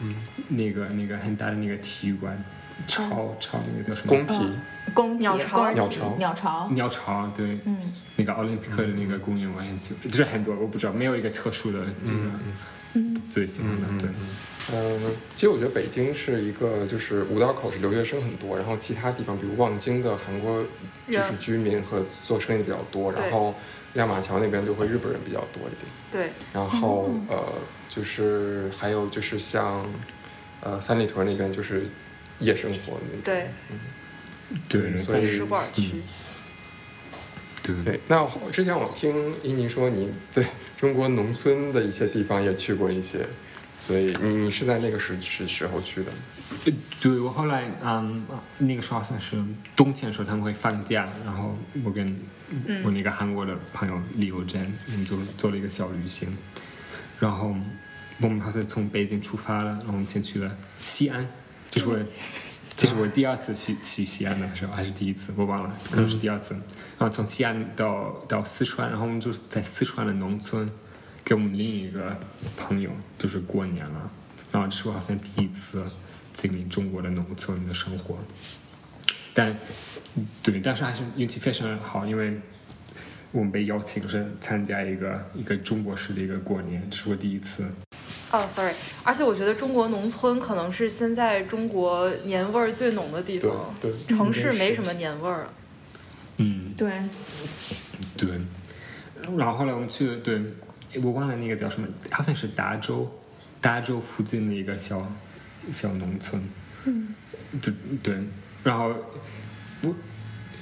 S1: 嗯
S4: 那个那个很大的那个体育馆，超超那个叫什么
S1: 工？体
S2: 嗯
S3: 工体
S2: 鸟巢
S1: 鸟巢
S3: 鸟巢，
S4: 鸟巢对，
S3: 嗯，
S4: 那个奥林匹克的那个公园我也喜欢，就是很多我不知道，没有一个特殊的那个最喜欢的对。
S1: 嗯，其实我觉得北京是一个，就是五道口是留学生很多，然后其他地方，比如望京的韩国就是
S2: 人
S1: 居民和做生意的比较多，
S2: 对
S1: 然后亮马桥那边就会日本人比较多一点，
S2: 对，
S1: 然后、
S2: 哦
S1: 呃，就是还有就是像呃三里屯那边就是夜生活那种。
S2: 对，
S4: 对
S1: 所
S2: 在
S1: 以嗯
S2: 使馆区。
S4: 对
S1: 对，那我之前我听伊妮说你对中国农村的一些地方也去过一些，所以你你是在那个时时时候去的吗，
S4: 呃对，我后来嗯，那个时候好像是冬天的时候他们会放假，然后我跟我那个韩国的朋友李友珍，我们就做了一个小旅行，然后我们好像从北京出发了，然后我们先去了西安，这是我这是我第二次去去西安的时候，还是第一次我忘了，可能是第二次。然后从西安到到四川，然后我们就是在四川的农村，给我们另一个朋友就是过年了，然后这是我好像第一次经历中国的农村的生活。但对，但是还是运气非常好，因为我们被邀请是参加一个一个中国式的一个过年，这是我第一次。
S2: 哦、s o r r y 而且我觉得中国农村可能是现在中国年味儿最浓的地
S1: 对
S2: 方，
S1: 对，
S2: 哦城市
S1: 嗯应该
S2: 没
S1: 是
S2: 什么年味儿了。
S4: 嗯，
S3: 对，
S4: 对。然后后来我们去了，对我忘了那个叫什么，好像是达州，达州附近的一个小小农村。嗯，对对。然后我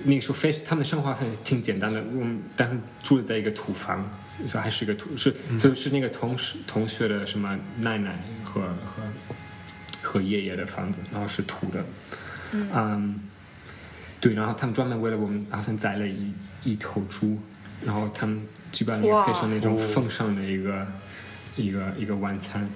S4: 那个时候非他们的生活还挺简单的，我们当时住在一个土房，所以还是一个土是就是那个同事同学的什么奶奶和和和爷爷的房子，然后是土的，嗯对，然后他们专门为了我们，好像宰了一一头猪，然后他们举办了一个
S2: 哇
S4: 非常那种
S1: 哦
S4: 丰盛的一个、一个一个晚餐，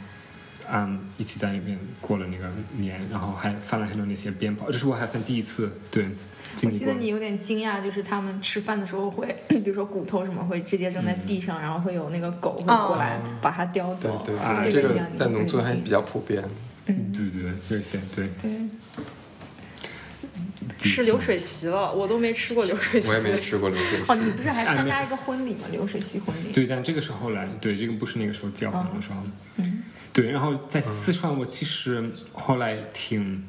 S4: 嗯，一起在里面过了那个年，然后还放了很多那些鞭炮，这是我还算第一次对经
S3: 我
S4: 历
S3: 记
S4: 过。
S3: 得你有点惊讶，就是他们吃饭的时候会，比如说骨头什么会直接扔在地上，然后会有那个狗会过来把它叼
S1: 对
S3: 走。
S1: 对对，
S3: 哦
S4: 啊
S3: 这
S1: 这
S3: 个
S1: 个
S3: 让你
S1: 在农村还
S3: 震惊
S1: 比较普遍。
S4: 嗯
S3: 嗯
S4: 对对对，有一些对，
S3: 对，
S2: 吃流水席了，我都没吃过流水席。，
S1: 我也没吃过流水
S3: 哦，你
S1: 席，
S3: 不是还参加一个婚礼吗？流水席婚礼。
S4: 对，但这个是后来，对，这个不是那个时候交换的时候。
S3: 哦嗯
S4: 对，然后在四川，我其实后来挺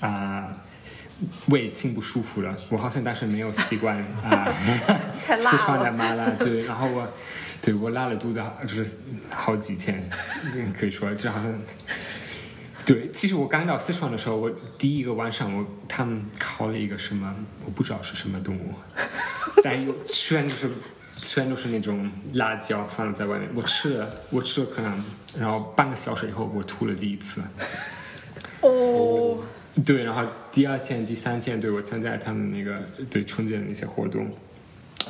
S4: 啊、胃挺不舒服的，我好像当时没有习惯啊
S2: 太辣
S4: 四川的
S2: 了
S4: 麻辣，对，然后我。对我拉了肚子，就是好几天，嗯可以说这好像。对，其实我刚到四川的时候，我第一个晚上我他们烤了一个什么，我不知道是什么动物，但有全都是全都是那种辣椒放在外面。我吃了，我吃了可能，然后半个小时以后我吐了第一次。
S2: 哦，
S4: 对，然后第二天、第三天，对我参加他们那个对春节的那些活动，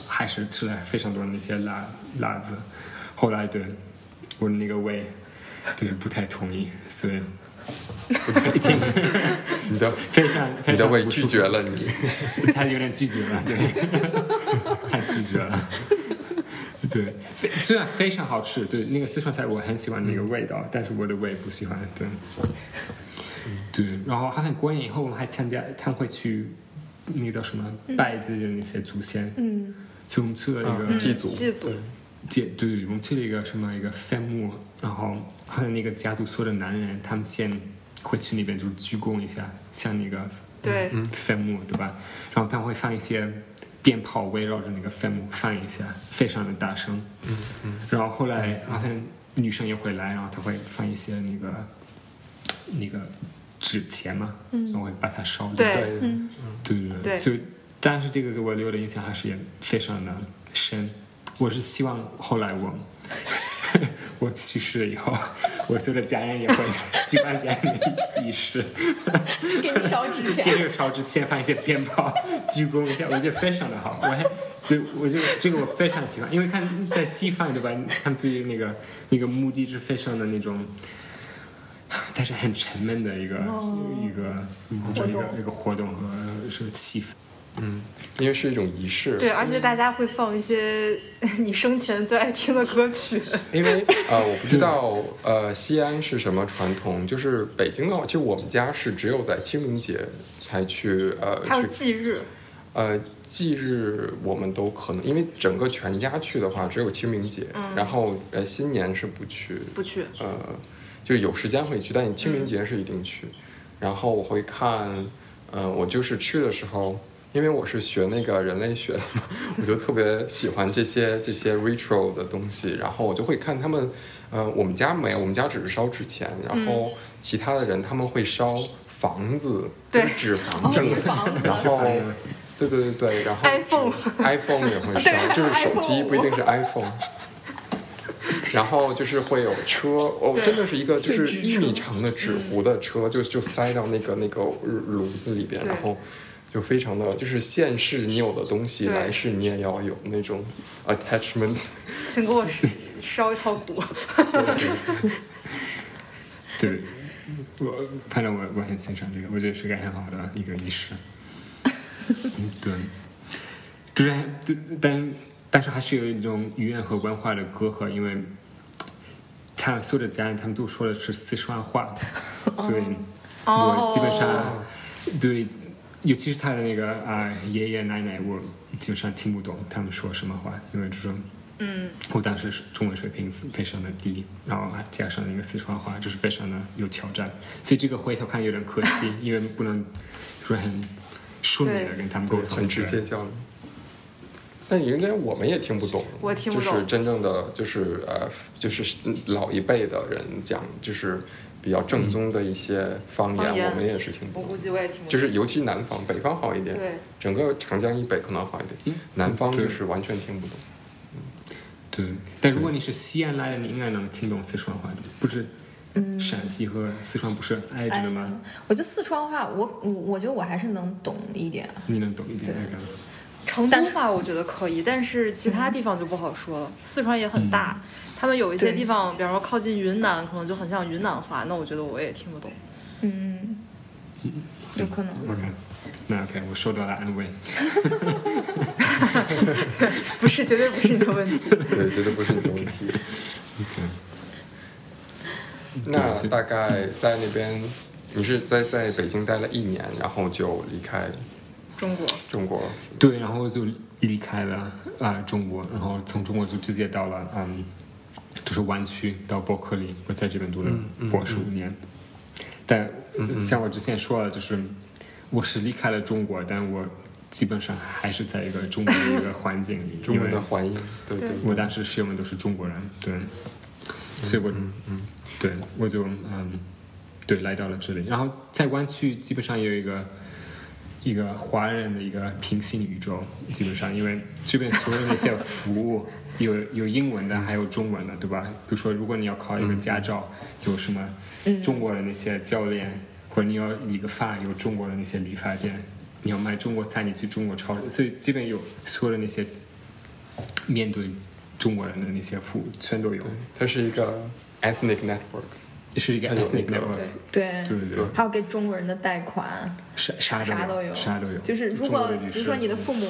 S4: 还是吃了非常多的那些辣辣子。后来对我那个胃，对不太同意，所以
S1: 你的
S4: 非常非常
S1: 你的胃
S4: 不舒
S1: 拒
S4: 服
S1: 绝了你。
S4: 他有点拒绝了， 对，太拒绝了。对，非虽然非常好吃，对那个四川菜我很喜欢那个味道，但是我的胃不喜欢，对。对，然后好像过年以后我们还参加，他们会去那个叫什么拜自己的那些祖先，
S3: 嗯，
S4: 所以我们去了一个
S1: 嗯祭祖，
S2: 祭祖
S1: 对
S4: 姐，对，我们去了一个什么一个坟墓，然后好像那个家族所有的男人，他们先会去那边就是鞠躬一下，像那个
S2: 对，
S4: 坟墓，对吧？然后他们会放一些鞭炮围绕着那个坟墓放一下，非常的大声。嗯嗯。然后后来好像女生也会来，然后她会放一些那个那个纸钱嘛，然后会把它烧
S2: 嗯
S4: 掉。
S2: 对
S1: 对，
S4: 对嗯对
S2: 对
S4: 所以当时这个给我留的印象还是也非常的深。我是希望后来我 我去世以后，我所有的家人也会 举办这样的仪式。
S3: 给你烧纸钱
S4: 给。这个烧纸钱放一些鞭炮，鞠躬一下，我觉得非常的好。我还对，我就这个我非常喜欢，因为看在西方对吧，他们对于那个那个墓地是非常的那种，但是很沉闷的一个、一个一个一个一个哦活动和是气氛。
S1: 因为是一种仪式。
S2: 对，而且大家会放一些 你生前最爱听的歌曲。
S1: 因为呃，我不知道呃，西安是什么传统，就是北京的话，其实我们家是只有在清明节才去呃
S2: 还有
S1: 去
S2: 忌日，
S1: 呃，忌日我们都可能，因为整个全家去的话，只有清明节，然后呃新年是不去，
S2: 不去。
S1: 呃，就有时间会去，但你清
S3: 嗯
S1: 明节是一定去。然后我会看，呃，我就是去的时候，因为我是学那个人类学的嘛， 我就特别喜欢这些这些 ritual 的东西，然后我就会看他们，呃，我们家没有，我们家只是烧纸钱，然
S3: 嗯
S1: 后其他的人他们会烧房子，
S2: 对
S1: 就是纸房
S3: 哦
S1: 整
S3: 纸房子
S1: 然后。对对对对，然后
S2: iPhone
S1: iPhone 也会烧
S3: 啊对，
S1: 就是手机
S3: iPhone
S1: 不一定是 iPhone。然后就是会有车，哦，
S2: 对
S1: 真的是一个就是一米长的纸糊的车，就就塞到那个那个炉子里边，
S2: 对
S1: 然后就非常的就是现世你有的东西，
S2: 对
S1: 来世你也要有那种 attachment。
S2: 请给我烧烧一套鼓。
S4: 对，我反正我我很欣赏这个，我觉得是个很好的一个仪式。嗯对，虽然对，但但是还是有一种语言和文化的隔阂，因为他所有的家人他们都说的是四川 话，所以我基本上、
S2: 哦
S4: 对，尤其是他的那个啊、爷爷奶奶，我基本上听不懂他们说什么话，因为这种。
S2: 嗯，
S4: 我当时中文水平非常的低，然后还加上一个四川话，就是非常的有挑战，所以这个回头看有点可惜，因为不能突然顺利的跟他们沟
S1: 对，
S4: 通，
S1: 很直接
S4: 对。
S1: 交流。但应该我们也听不懂，
S2: 我听不
S1: 就
S2: 懂
S1: 是真正的就是呃，就是老一辈的人讲，就是比较正宗的一些方言，
S2: 方言
S1: 我们也是听不
S2: 我
S1: 懂
S2: 估。计我也听不懂。
S1: 就是尤其南方，北方好一点，
S2: 对，
S1: 整个长江以北可能好一点，
S4: 嗯
S1: 南方
S4: 对
S1: 就是完全听不懂。
S4: 对，但如果你是西安来的，你应该能听懂四川话的，不是？陕西和四川不是嗯挨着的吗？
S3: 我觉得四川话，我我我觉得我还是能懂一点。
S4: 你能懂一点那个？
S2: 成
S3: 但
S2: 都
S3: 是
S2: 吧，我觉得可以，但是其他地方就不好说了。四川也很大，
S1: 嗯
S2: 他们有一些
S3: 对
S2: 地方，比方说靠近云南，可能就很像云南话，那我觉得我也听不懂。
S3: 嗯，有可能。
S1: 嗯
S4: OK，那 OK，我受到了安慰。
S2: 不是，绝对不是你的问题。
S1: 对，绝对不是你的问 题。嗯
S4: 对，
S1: 那
S4: 是
S1: 大概在那边，你是在在北京待了一年，然后就离开
S2: 中国，
S1: 中国了，
S4: 对，然后就离开了啊、中国，然后从中国就直接到了嗯，就是湾区到伯克利，我在这边读
S1: 嗯
S4: 了博士五年。但像我之前说的，就是我是离开了中国，但我基本上还是在一个中国的一个环境里，
S1: 中
S4: 因
S1: 文
S4: 为
S1: 的环音，对对
S2: 对
S4: 我当时室友们都是中国人，对，
S1: 嗯
S4: 所以我，对我就嗯，对来到了这里，然后在湾区基本上有一个一个华人的一个平行宇宙，基本上因为这边所有的那些服务有有英文的，还有中文的，对吧？比如说如果你要考一个驾照，有什么中国的那些教练，或者你要理个发，有中国的那些理发店。你要买中国菜，你去中国超市，所以这边有所有的那些面对中国人的那些服务全都有，
S1: 它是一个 ethnic networks，
S4: 是一个
S1: 它有
S4: ethnic
S1: 那个
S4: network，
S3: 对
S4: 对对对，
S3: 还有给中国人的贷款，
S4: 啥啥
S3: 啥
S4: 都
S3: 都有，
S4: 啥都有。
S3: 就是如
S4: 中国
S3: 果
S4: 的律
S3: 比
S4: 师
S3: 如说你的父母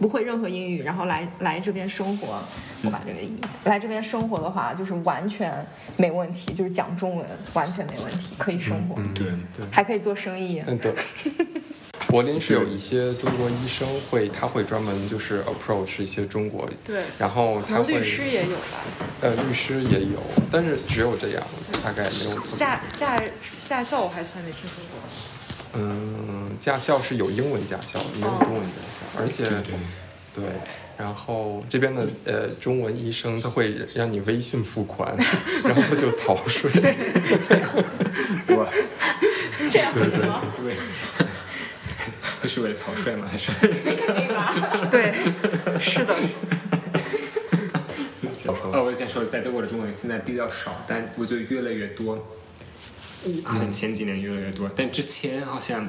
S3: 不会任何英语，然后来来这边生活，我把这个意思，来这边生活的话，就是完全没问题，就是讲中文完全没问题，可以生活，
S4: 对
S3: 还可以做生意。
S4: 嗯
S1: 但 德柏林是有一些中国医生会，他会专门就是 approach 一些中国，
S2: 对
S1: 然后
S2: 可
S1: 他
S2: 能
S1: 会
S2: 律师也有吧。
S1: 呃律师也有，但是只有这样，大概没有特别
S2: 驾驾驾校我还从来没听说 过。
S1: 嗯，驾校是有英文驾
S2: 哦
S1: 校，没有中文驾校，而且
S4: 对对
S1: 对然后这边的呃中文医生他会让你微信付款， 然后就逃税。
S4: 对，
S3: 这样子吗？
S4: 对，这是为了逃税吗？还是
S3: 可以吧？
S2: 对，是的，
S4: 哦，我之前说的，在德国的中国人现在比较少，但我觉得越来越多，好像前几年越来越多，但之前好像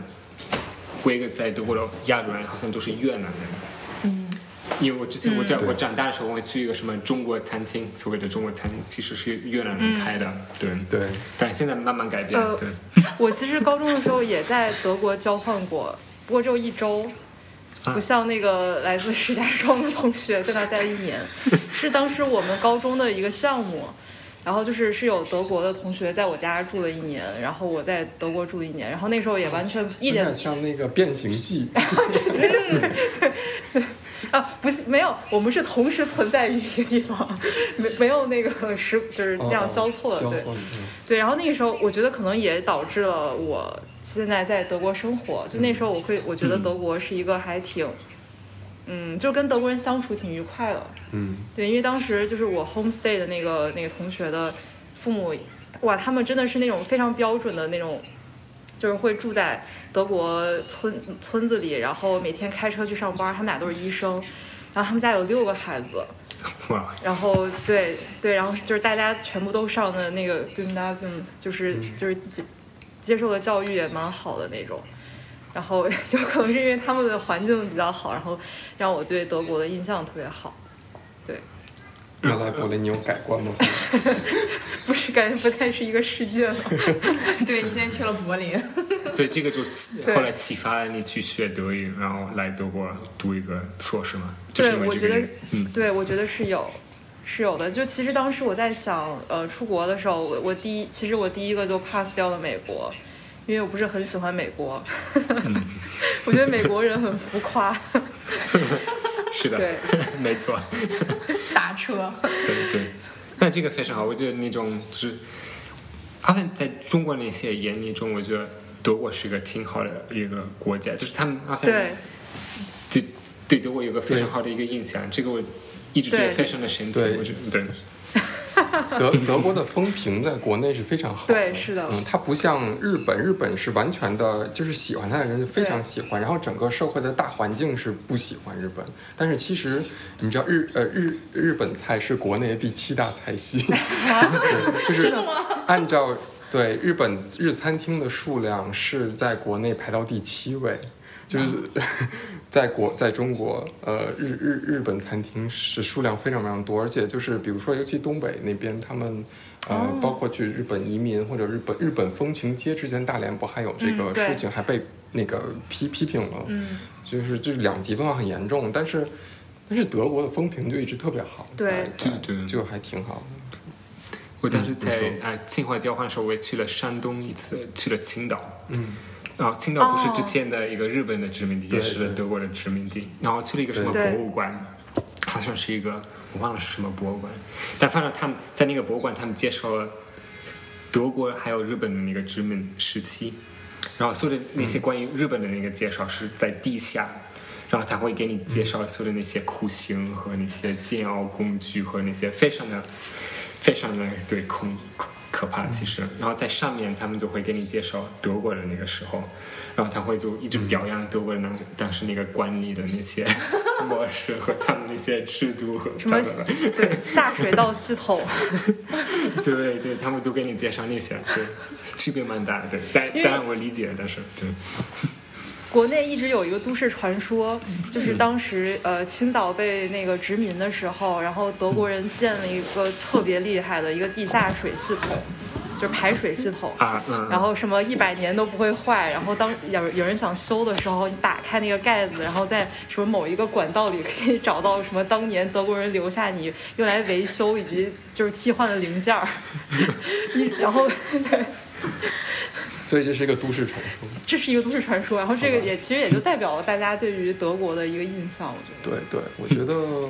S4: 我一个在德国的亚洲人好像都是越南人。
S3: 嗯
S4: 因为我之前我长、我长大的时候，我会去一个什么中国餐厅，所谓的中国餐厅其实是越南
S3: 嗯
S4: 人开的，对
S1: 对，
S4: 但现在慢慢改变，
S2: 呃
S4: 对，
S2: 我其实高中的时候也在德国交换过，不过只有一周。
S4: 啊
S2: 不像那个来自石家庄的同学在那待一年，是当时我们高中的一个项目，然后就是是有德国的同学在我家住了一年，然后我在德国住一年，然后那时候也完全一
S1: 有
S2: 点
S1: 点像那个《变形记》
S2: 啊，不是没有，我们是同时存在于一个地方，没没有那个时就是
S1: 哦，
S2: 这样交错的，
S1: 交
S2: 对
S1: 错的嗯
S2: 对。然后那个时候，我觉得可能也导致了我现在在德国生活。就那时候，我会我觉得德国是一个还挺，嗯，就跟德国人相处挺愉快的。
S1: 嗯，
S2: 对，因为当时就是我 homestay 的那个那个同学的父母，哇，他们真的是那种非常标准的那种，就是会住在德国村村子里，然后每天开车去上班，他们俩都是医生，然后他们家有六个孩子，
S4: 哇，
S2: 然后对对，然后就是大家全部都上的那个 gymnasium，就是就是接接受的教育也蛮好的那种。然后 有可能是因为他们的环境比较好，然后让我对德国的印象特别好。对，
S1: 原来柏林你有改观吗？
S2: 不是感觉不太是一个世界了。
S3: 对你现在去了柏林，
S4: 所以这个就启
S2: 对
S4: 后来启发了你去学德语，然后来德国读一个硕士嘛？就是
S2: 对，
S4: 因为
S2: 我
S4: 这
S2: 觉
S4: 个
S2: 得
S4: 原因，嗯，
S2: 对，我觉得是有，是有的。就其实当时我在想，呃，出国的时候，我我第一，其实我第一个就 pass 掉了美国，因为我不是很喜欢美国， 我觉得美国人很浮夸。
S4: 是的，
S2: 对
S4: 没错，
S3: 打车。
S4: 对对。那这个非常好，我觉得那种就是，好像在中国那些眼里中，我觉得德国是一个挺好的一个国家，就是他们好像
S2: 对，
S4: 对对德国有个非常
S1: 对
S4: 好的一个印象，这个我一直觉
S2: 对
S4: 得非常的神奇，
S1: 对
S4: 我觉得对
S1: 德德国的风评在国内是非常好的，
S2: 对是的
S1: 嗯，它不像日本，日本是完全的，就是喜欢它的人就非常喜欢，然后整个社会的大环境是不喜欢日本，但是其实你知道日呃日日本菜是国内第七大菜 系，对就是按照对日本日餐厅的数量是在国内排到第七位，就是
S2: 啊
S1: 在国在中国，呃，日日日本餐厅是数量非常非常多，而且就是比如说，尤其东北那边，他们呃，
S2: 哦
S1: 包括去日本移民或者日本日本风情街，之前大连不还有这
S2: 嗯
S1: 个
S2: 对
S1: 事情，还被那个批批评了，
S2: 嗯，
S1: 就是就是两极分化很严重，但是。但是德国的风评就一直特别好，
S2: 对
S1: 在在
S4: 对对
S1: 就还挺好
S4: 我当时在
S1: 嗯你说
S4: 啊、呃清华交换的时候，我也去了山东一次，去了青岛。
S1: 的。嗯，
S4: 然后青岛不是
S2: 哦
S4: 之前的一个日本的殖民地，
S1: 对
S4: 也是
S1: 对
S4: 德国的殖民地。然后去了一个
S1: 哦
S4: 什么博
S2: 对
S4: 物馆，好像是一个我忘了是什么博物馆，但反正他们在那个博物馆，他们介绍了德国还有日本的那个殖民时期，然后所有的那些关于日本的那个介绍是在地下。然后他会给你介绍所有的那些酷刑和那些煎熬工具和那些非常的、非常的对恐恐可怕，其实。然后在上面他们就会给你介绍德国的那个时候，然后他会就一直表扬德国人当当时那个管理的那些模式和他们那些制度和
S2: 什么
S4: 他们的
S2: 对下水道系统，
S4: 对对，他们就给你介绍那些，对，区别蛮大的，对，但
S2: 因为
S4: 当然我理解，但是对，
S2: 国内一直有一个都市传说，就是当时呃青岛被那个殖民的时候，然后德国人建了一个特别厉害的一个地下水系统，就是排水系统。
S4: 啊嗯，
S2: 然后什么一百年都不会坏，然后当有有人想修的时候，你打开那个盖子，然后在什么某一个管道里可以找到什么当年德国人留下你用来维修以及就是替换的零件儿， 你然后 对。
S1: 所以这是一个都市传说。
S2: 这是一个都市传说，然后这个也其实也就代表了大家对于德国的一个印象，我觉得。
S1: 对对，我觉得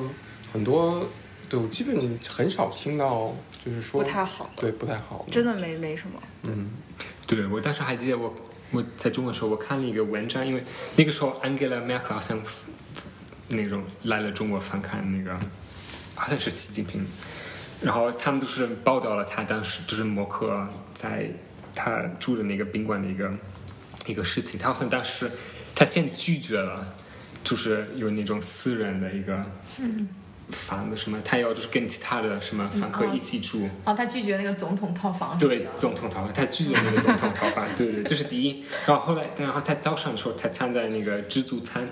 S1: 很多，对我基本很少听到，就是说
S2: 不太好的
S1: 对不太好的，
S2: 真的没没什么，
S1: 嗯，
S4: 对，我当时还记得我我在中国的时候，我看了一个文章，因为那个时候 Angela Merkel 好像那种来了中国翻看那个，好像是习近平，然后他们就是报道了他当时就是默克在他住的那个宾馆的一个一个事情，他好像当时他先拒绝了，就是有那种私人的一个房子什么，他要就是跟其他的什么房客
S3: 嗯嗯哦
S4: 一起住。
S3: 哦，他拒绝那个总统套房。
S4: 对总统逃犯，他拒绝那个总统逃犯，对对，这是第一。然后后来，然后他早上的时候，他参在那个自助餐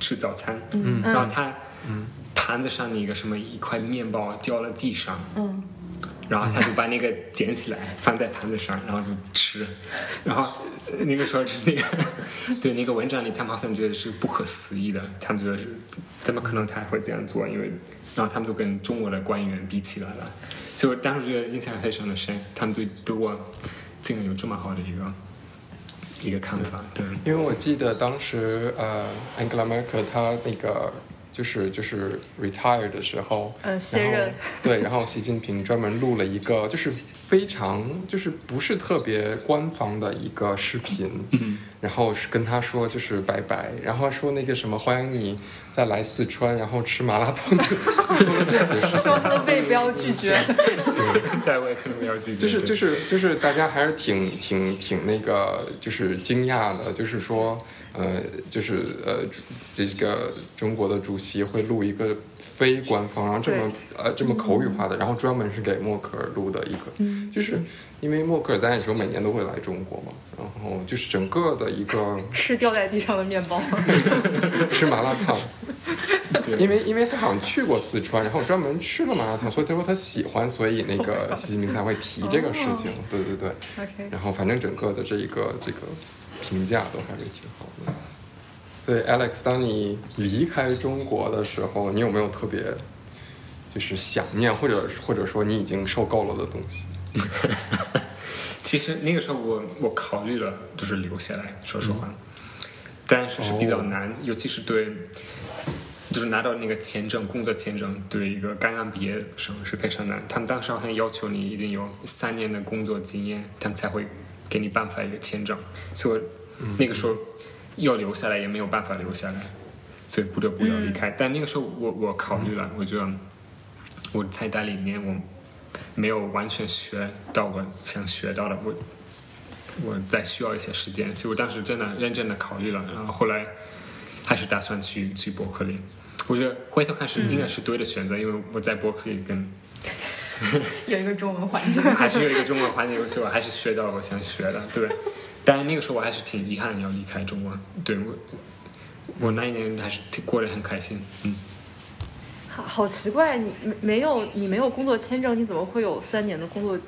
S4: 吃早餐，嗯，然后他盘子上的一个什么一块面包掉了地上，
S3: 嗯，
S4: 然后他就把那个捡起来放在盘子上，然后就吃。然后呃那个时候是那个， 对那个文章里，他们好像觉得是不可思议的，他们觉得是怎么可能他会这样做？因为然后他们就跟中国的官员比起来了，所以我当时觉得印象非常的深，他们对德国竟然有这么好的一个一个看法， 对。
S1: 因为我记得当时呃，Angela Merkel 她那个就是就是 retire 的时候，
S2: 嗯卸
S1: 然后
S2: 任
S1: 对，然后习近平专门录了一个就是非常就是不是特别官方的一个视频，嗯，然后是跟他说就是拜拜，然后说那个什么欢迎你再来四川，然后吃麻辣烫， 就说了这些事
S2: 希
S1: 情。
S2: 望他的胃不要拒绝。
S4: 在我也可能没有记得，
S1: 就是
S4: 对
S1: 就是就是大家还是挺挺挺那个，就是惊讶的，就是说，呃，就是呃，主这个中国的主席会录一个非官方，然后这么呃
S4: 嗯
S1: 这么口语化的，然后专门是给默克尔录的一个，就是因为默克尔在那时候每年都会来中国嘛，然后就是整个的一个
S2: 吃掉在地上的面包，
S1: 吃麻辣烫，
S4: 对
S1: 因为因为他好像去过四川，然后专门吃了麻辣烫，所以他说他喜欢，所以那个习近平才会提这个事
S4: 哦
S1: 情，对对对。
S2: OK
S1: 然后反正整个的这一个这个评价都还是挺好的。所以 Alex，当你离开中国的时候，你有没有特别就是想念，或者或者说你已经受够了的东西？
S4: 其实那个时候我我考虑了，就是留下来，说实话，但是是比较难，尤其是对，就是拿到那个签证，工作签证，对一个刚刚毕业生是非常难。他们当时好像要求你已经有三年的工作经验，他们才会给你颁发一个签证，所以我那个时候要留下来也没有办法留下来，所以不得不要离开。但那个时候我我考虑了，我觉得我在待里面我没有完全学到我想学到的，我我再需要一些时间，所以我当时真的认真的考虑了，然后后来还是打算去去伯克利。我觉得回头看是应该是对的选择，因为我在伯克利跟
S3: 有一个中文环境。
S4: 还是有一个中文环境，所以我还是学到了我想学的，对。但那个时候我还是挺遗憾要离开中国，对我，我那一年还是挺过得很开心，嗯。
S2: 好好奇怪，你没没有你没有工作签证，你怎么会有三年的工作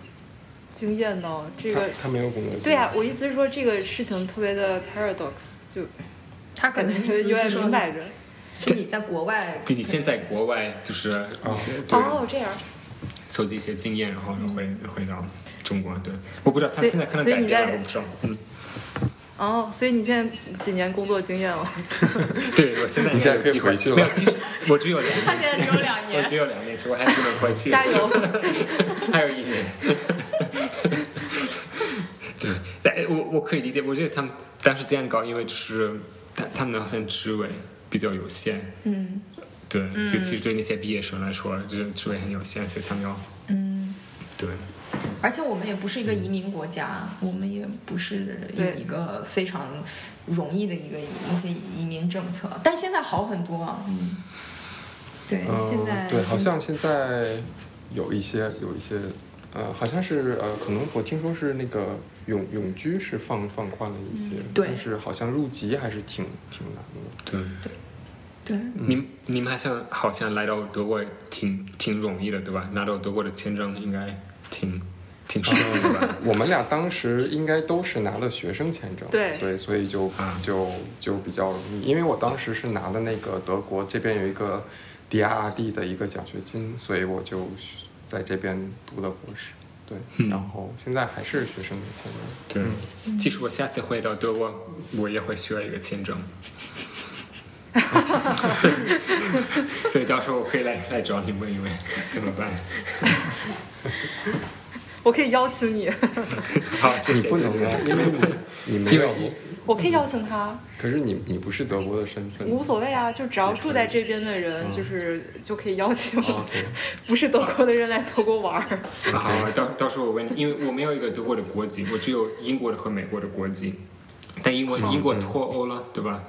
S2: 经验呢？这
S1: 他
S2: 个
S1: 他没有工作经历。
S2: 对啊呀、我意思是说这个事情特别的 paradox，就
S3: 他可
S2: 感
S3: 能
S2: 觉
S3: 意
S2: 有
S3: 思
S2: 点
S3: 是说
S2: 明摆着。
S3: 是你在国外
S4: 对你先在国外就是
S1: 啊
S4: 一些对
S2: 哦，这样，
S4: 收集一些经验，然后回回到中国，对。我不知道他
S2: 所以
S4: 现在可能
S2: 所以
S4: 改
S2: 你
S4: 变
S2: 在
S4: 了，我不知道，嗯。
S2: 哦，所以你现在几几年工作经验了？
S4: 对，我现在
S1: 你现在可
S4: 应该
S1: 以
S4: 有机会
S1: 回去了
S4: 没有，其实我只有两
S3: 他现 在只
S4: 年，
S3: 有两
S4: 我
S3: 年，
S4: 只有两年，所以我还不能回去。
S2: 加油！
S4: 还有一年。 对，但我我可以理解，我觉得他们当时这样搞，因为就是他他们的好像职位比较有限，
S3: 嗯
S4: 对，尤其是对那些毕业生来说，这个职位很有限，所以他们要
S3: 嗯，
S4: 对
S3: 而且我们也不是一个移民国家，我们也不是有
S2: 对
S3: 一个非常容易的一个一些移民政策，但现在好很多啊。嗯，对，
S1: 嗯，
S3: 现在
S1: 对，好
S3: 嗯
S1: 像现在有一些有一些，呃，好像是呃，可能我听说是那个永永居是放放宽了一些，
S3: 对
S1: 但是好像入籍还是挺挺难的。
S4: 对。
S3: 对
S1: 嗯
S4: 你们你们好像好像来到德国挺挺容易的，对吧？拿到德国的签证应该挺挺顺利的吧？
S1: 我们俩当时应该都是拿了学生签证，
S2: 对
S1: 所以就
S4: 啊
S1: 就就比较容易。因为我当时是拿的那个德国这边有一个 DRD 的一个奖学金，所以我就在这边读的博士。对，
S4: 嗯
S1: 然后现在还是学生的签证。
S4: 对，
S1: 嗯
S4: 其实我下次回到德国，我也会需要一个 签证，所以到时候我可以来来找你问一问怎么办。
S2: 我可以邀请你，
S4: 好，谢
S1: 你
S4: 谢，
S1: 不
S4: 就
S1: 能
S4: 是
S1: 来，因为你你没
S4: 因为
S1: 有，
S2: 我可以邀请他，
S1: 可是你你不是德国的身份，
S2: 无所谓啊，就只要住在这边的人，
S1: 嗯
S2: 就是就可以邀请
S1: 啊。对，
S2: 不是德国的人来德国玩儿。
S4: 好，到到时候我问你，因为我没有一个德国的国籍，我只有英国的和美国的国籍，但英国英国脱欧了，对吧？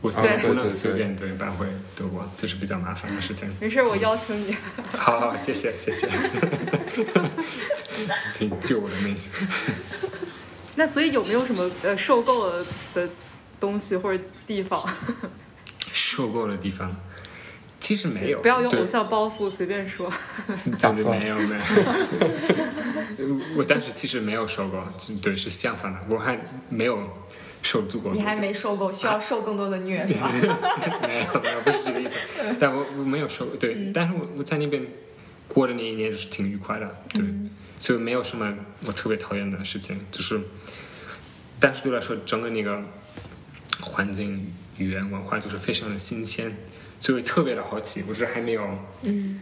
S4: 我现在
S2: 对
S4: 不
S1: 嗯
S4: 能
S1: 啊对对
S4: 随便对搬回德国，这是比较麻烦的事情。
S2: 没事，我邀请你。
S4: 好好，谢谢 谢谢，可以救我的命。
S2: 那所以有没有什么呃受够了的东西或者地方？
S4: 受够的地方，其实没有，
S2: 不要用
S4: 对
S2: 偶像包袱，随便说。
S4: 对对，没有没有。我当时其实没有受过，对，是相反的，我还没有受足过。
S3: 你还没受够，需要受更多的虐是吧？
S4: 没有没有，不是这个意思。但我我没有受过，对，但是我我在那边过的那一年就是挺愉快的，对，所以没有什么我特别讨厌的事情，就是，但是对我来说，整个那个环境、语言、文化就是非常的新鲜，所以特别的好奇，我是还没有，
S3: 嗯，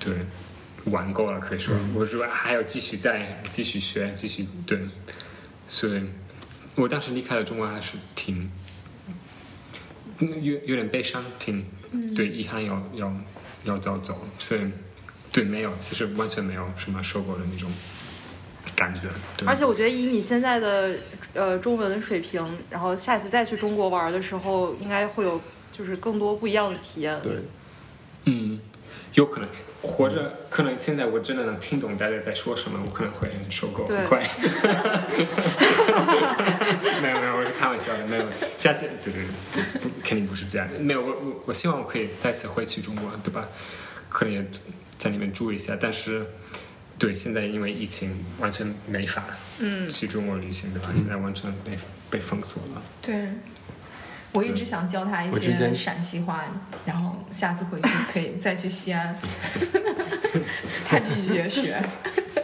S4: 对。玩够了，可以说，我是还要继续带、继续学、继续对，所以，我当时离开了中国还是挺嗯有有点悲伤，挺
S2: 嗯
S4: 对遗憾要要要要走，所以对没有，其实完全没有什么受过的那种感觉。对
S2: 而且我觉得以你现在的呃中文水平，然后下次再去中国玩儿的时候，应该会有就是更多不一样的体验。
S1: 对，
S4: 嗯，有可能活着，可能现在我真的能听懂大家在说什么，我可能会受够
S2: 对
S4: 很快。 没有没有，我是开玩笑的，没有。下次就是不不肯定不是这样的，没有我我我希望我可以再次回去中国，对吧？可能也在里面住一下，但是对现在因为疫情完全没法
S2: 嗯
S4: 去中国旅行，对吧？现在完全被被封锁了。
S3: 对。我一直想教他一
S1: 我之
S3: 些
S1: 前
S3: 陕西话，然后 下次回去可以再去西安，他拒绝学。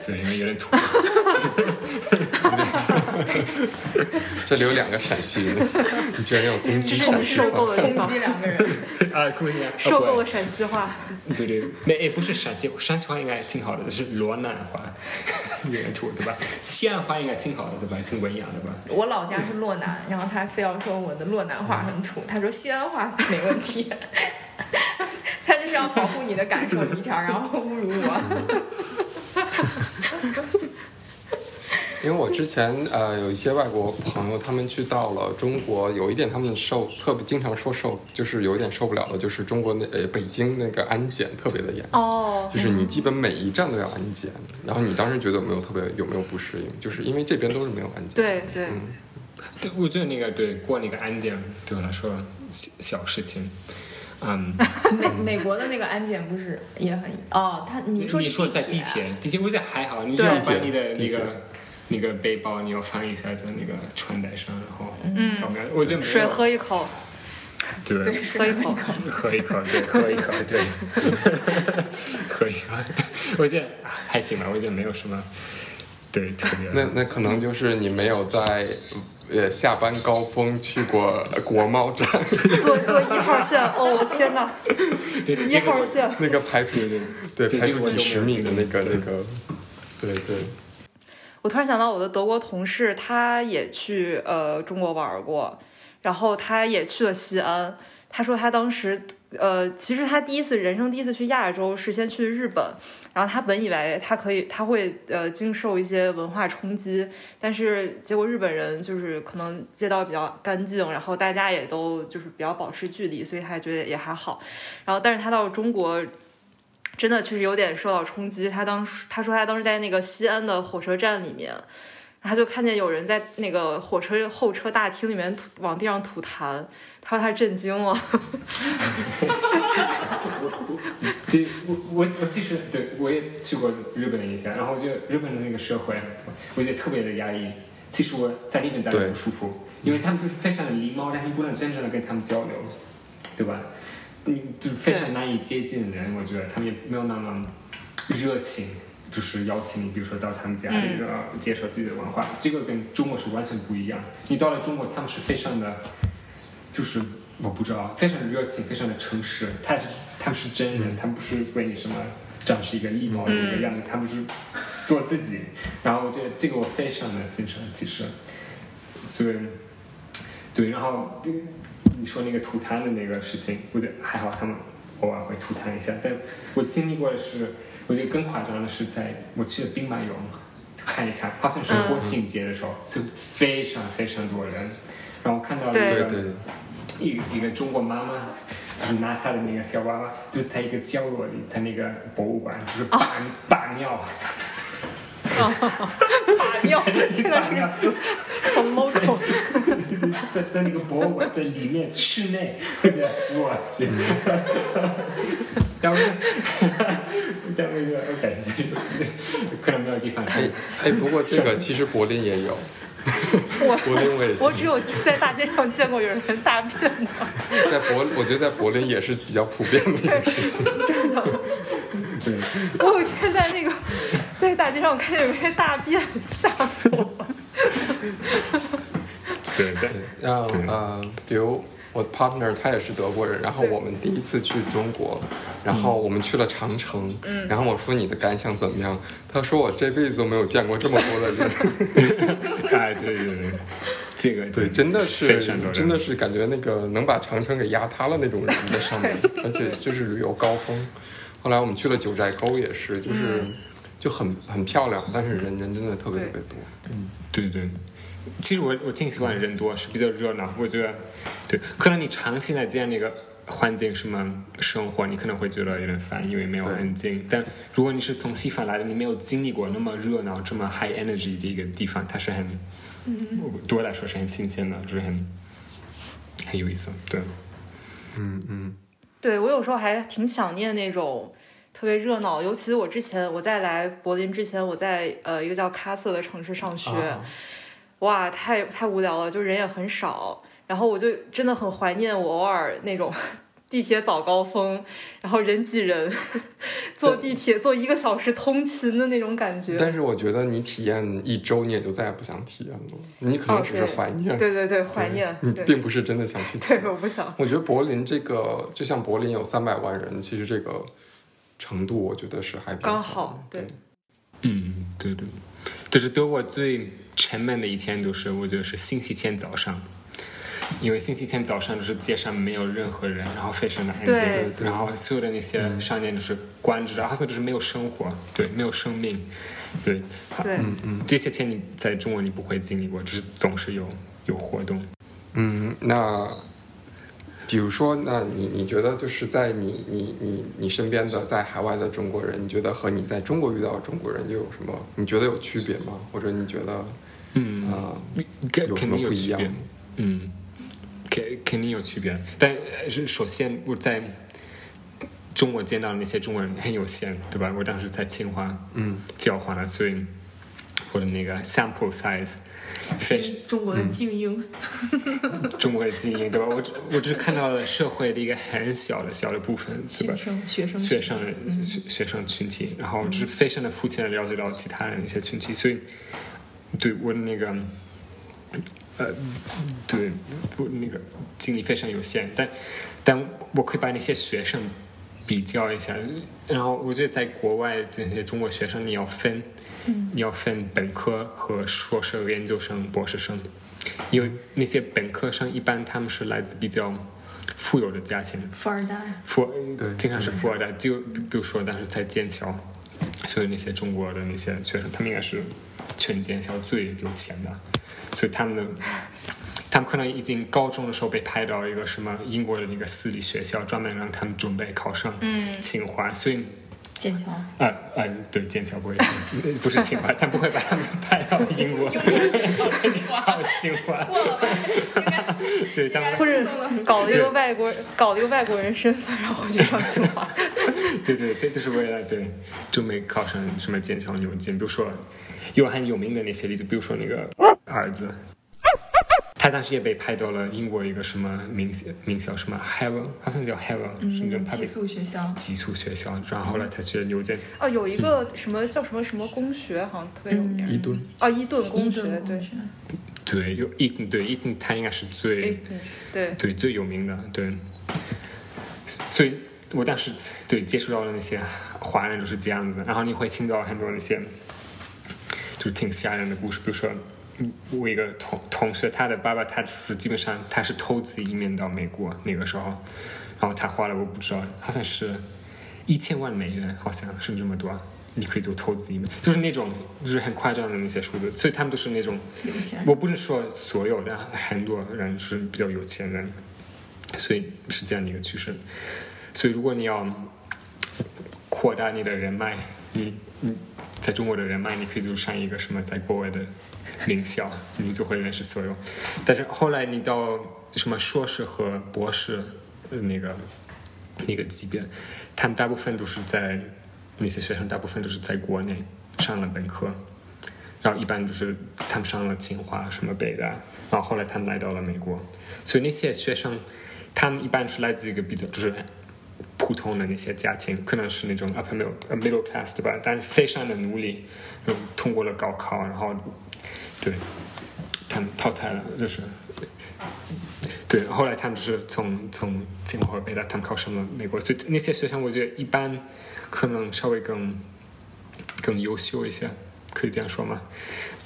S4: 对，因为有 点土。
S1: 这里有两个陕西人，你居然要攻击
S2: 这是
S1: 陕
S2: 你
S1: 西
S2: 受够
S1: 话？
S2: 的地
S3: 攻
S2: 方
S3: 击，两个人，
S4: 啊，姑娘，啊
S2: 受够
S4: 不
S2: 了陕西话。
S4: 对对，那也不是陕西，陕西话应该挺好的，是罗南 话，有点土对吧？西安话应该挺好的对吧？挺文雅的吧？
S3: 我老家是洛南，然后他非要说我的洛南话很土，他说西安话没问题， 他就是要保护你的感受一条，然后侮辱我。
S1: 因为我之前呃有一些外国朋友，他们去到了中国，有一点他们受特别经常说受，就是有一点受不了的，就是中国那呃北京那个安检特别的严，
S2: 哦
S1: 就是你基本每一站都要安检。然后你当时觉得有没有特别有没有不适应？就是因为这边都是没有安检。
S2: 对对，
S4: 对，我觉得那个对过那个安检对我来说小小事情，嗯。
S3: 美美国的那个安检不是也很哦？他你说
S4: 你
S3: 是
S4: 说在地
S3: 地铁啊
S4: 铁，地铁我觉得还好，你只
S2: 对
S4: 要把你的
S1: 地铁
S4: 那个那个背包你要放一下在那个穿戴上，然后
S2: 嗯
S4: 扫描，我觉得没有
S2: 水喝一口，
S4: 对
S3: 对，，是
S2: 喝一口。
S4: 喝一口，对，喝一口，对，喝一口，我觉得啊还行吧，我觉得没有什么，对，特别
S1: 那那可能就是你没有在呃下班高峰去过呃国贸站
S2: 坐坐一号线，哦，我天哪，
S4: 对对
S2: 一
S4: 这个
S2: 号
S4: 我
S2: 线。
S1: 那个排
S4: 对
S1: 除
S4: 对
S1: 对
S4: 这
S1: 排
S4: 个
S1: 除
S4: 我
S1: 几
S4: 都没
S1: 十
S4: 有
S1: 米
S4: 经
S1: 的
S4: 历
S1: 那个
S4: 对
S1: 那个，对对，
S2: 我突然想到我的德国同事，他也去呃中国玩儿过，然后他也去了西安。他说他当时呃，其实他第一次人生第一次去亚洲是先去日本，然后他本以为他可以他会呃经受一些文化冲击，但是结果日本人就是可能街道比较干净，然后大家也都就是比较保持距离，所以他觉得也还好。然后但是他到中国真的确实有点受到冲击。他当时他说他当时在那个西安的火车站里面，他就看见有人在那个火车候车大厅里面吐往地上吐痰，他说他震惊 了。
S4: 对，我我我其实对我也去过日本一下，然后我觉得日本的那个社会，我觉得特别的压抑。其实我在里面待
S1: 对
S4: 的不舒服，因为他们就是非常的礼貌，但是不能真正的跟他们交流，对吧？你就是非常难以接近人，我觉得他们也没有那么热情，就是邀请你，比如说到他们家里，然后介绍自己的文化，这个跟中国是完全不一样。你到了中国，他们是非常的。就是我不知道，非常热情，非常的诚实。他是他们是真人，他们不是为你什么展示一个礼貌的一个样子，他们是做自己。然后我觉得这个我非常的欣赏，其实，所以对，然后嗯你说那个吐痰的那个事情，我觉得还好，他们偶尔会吐痰一下，但我经历过的是，我觉得更夸张的是在我去了兵马俑。看一看，好像是
S1: 嗯
S4: 国庆节的时候，就非常非常多人，然后看到了
S2: 对
S4: 一
S1: 对
S4: 个
S1: 对，
S4: 一个一个中国妈妈，就是拿她的那个小娃娃，就在一个角落里，在那个博物馆，就是把把尿，
S2: 把尿， 这个这个词好 local。
S4: 在在那个博物馆在里面室内，我觉得我去，但我就但我就 OK，可能没有地方看
S1: 哎，哎，不过这个其实柏林也有，柏林我也
S2: 我
S1: 见
S2: 只有在大街上见过有人大便 的，
S1: 过在柏，我觉得在柏林也是比较普遍 的一个事情。
S4: 对，
S2: 我有一天在那个在大街上看见有人在大便，吓死我了。
S4: 对对
S1: 让呃，比如我 partner 他也是德国人，然后我们第一次去中国，然后我们去了长城，然后我说你的感想怎么样？他说我这辈子都没有见过这么多的 人，
S4: 哎对对对，这个
S1: 对，真的
S4: 非
S1: 是
S4: 常多人
S1: 真的是感觉那个能把长城给压塌了那种人在上面，而且就是旅游高峰。后来我们去了九寨沟也是，就是。就很很漂亮，但是人人真的特别特别多。
S4: 对对，其实我我挺喜欢人多，是比较热闹。我觉得，对，可能你长期在这样的一个环境什么生活，你可能会觉得有点烦，因为没有
S1: 对
S4: 安静。但如果你是从西方来的，你没有经历过那么热闹、这么 high energy 的一个地方，它是很，我对我来说是很新鲜的，就是很很有意思。对，
S1: 嗯嗯，
S2: 对我有时候还挺想念那种特别热闹，尤其我之前我在来柏林之前，我在呃一个叫喀瑟的城市上学，
S1: 啊
S2: 哇，太太无聊了，就人也很少。然后我就真的很怀念我偶尔那种 地铁早高峰，然后人挤人， 坐地铁坐一个小时通勤的那种感觉。
S1: 但是我觉得你体验一周，你也就再也不想体验了，你可
S2: 哦
S1: 能只是
S2: 对
S1: 怀念，
S2: 对对对，怀念。
S1: 你
S2: 对
S1: 并不是真的想 去体
S2: 对
S1: 验，。
S2: 我不想。
S1: 我觉得柏林这个，就像柏林有三百万人，其实这个程度，我觉得是还比较
S2: 刚好
S1: 的
S2: 对
S4: 嗯，对对，就是德国最沉闷的一天都是，我觉得是星期天早上，因为星期天早上就是街上没有任何人，然后非常的安静，
S2: 对对
S1: 对
S4: 然后所有的那些商店就是关着，然后就是没有生活，对，没有生命，对，
S2: 对，
S4: 这些天你在中国你不会经历过，就是总是有有活动。
S1: 嗯，那比如说，那你你觉得就是在你你你你身边的在海外的中国人，你觉得和你在中国遇到的中国人又有什么？你觉得有区别吗？或者你觉得
S4: 嗯
S1: 呃
S4: 肯
S1: 有什
S4: 肯
S1: 么
S4: 定有
S1: 不一
S4: 区
S1: 样
S4: 别
S1: 吗，
S4: 嗯，肯肯定有区别。但呃是首先我在中国见到的那些中国人很有限，对吧？我当时在清华
S1: 嗯
S4: 交换了，所以我的那个 sample size 非
S3: 精中国的
S1: 嗯
S3: 精英，
S4: 中国的精英，对吧？我只我只看到了社会的一个很小的小的 部分，对吧
S3: 学？生学生
S4: 学
S3: 群嗯
S4: 生学学生群体，然后就是非常的肤浅的了解到其他人的一些群体，所以对我的那个呃，对我那个精力非常有限，但但我可以把那些学生比较一下，然后我觉得在国外这些中国学生你要分，
S3: 嗯
S4: 你要分本科和硕士、研究生、博士生，因为那些本科生一般他们是来自比较富有的家庭，
S3: 富二代，
S4: 富
S1: 对
S4: 经常是富二代，就比比如说当时在剑桥，所以那些中国的那些学生，他们应该是全剑桥最有钱的，所以他们的。他们可能已经高中的时候被派到一个什么英国的那个私立学校，专门让他们准备考上
S3: 嗯
S4: 清华，所以
S3: 剑桥，
S4: 啊啊，对，剑桥不会， 不是清华，他不会把他们派到 英国， 到清华，
S3: 错了吧？应该
S4: 对他们
S2: 或 者搞了一个外国搞了一个外国人身份，然后去上清华。
S4: 对对对，就是为了对中美考上什么剑桥、牛津，比如说有很有名的那些例子，比如说那个儿子，他当时也被派到了英国一个什么名校名校什么 Harrow，好像叫 Harrow，、是那种他
S3: 嗯寄
S4: 被
S3: 宿学校，
S4: 寄宿学校，然后后来他去了牛津，
S2: 哦，有一个什么叫什么什么公学，好像特别有名。
S1: 一吨
S2: 啊，伊顿公
S3: 伊
S2: 学，
S3: 顿
S2: 对
S3: 公学，
S4: 对，有伊顿，对伊顿，他应该是
S3: 哎
S4: 最。
S2: 伊顿，对，
S4: 对最有名的，对。所以我当时对接触到的那些华人就是这样子，然后你会听到很多那些就是挺吓人的故事，比如说。嗯我一个同同学，他的爸爸他就是基本上他是偷自己移民到美国那个时候，然后他花了我不知道，好像是一千万美元，好像是这么多，你可以做投资移民，就是那种就是很夸张的那些数字，所以他们都是那种
S3: 有钱人
S4: 我不是说所有的，很多人是比较有钱人，所以是这样的一个趋势。所以如果你要扩大你的人脉，你你在中国的人脉，你可以就上一个什么在国外的名校，你就会认识所有。但是后来你到什么硕士和博士呃那个那个级别，他们大部分都是在那些学生，大部分都是在国内上了本科，然后一般就是他们上了清华、什么北大，然后后来他们来到了美国，所以那些学生，他们一般是来自一个比较就是普通的那些家庭，可能是那种 upper middle uh, middle class 对吧？但是非常的努力，嗯，通过了高考，然后对，他们淘汰了，就是对，后来他们就是从从清华、北大，他们考上了美国，所以那些学生我觉得一般可能稍微更更优秀一些，可以这样说吗？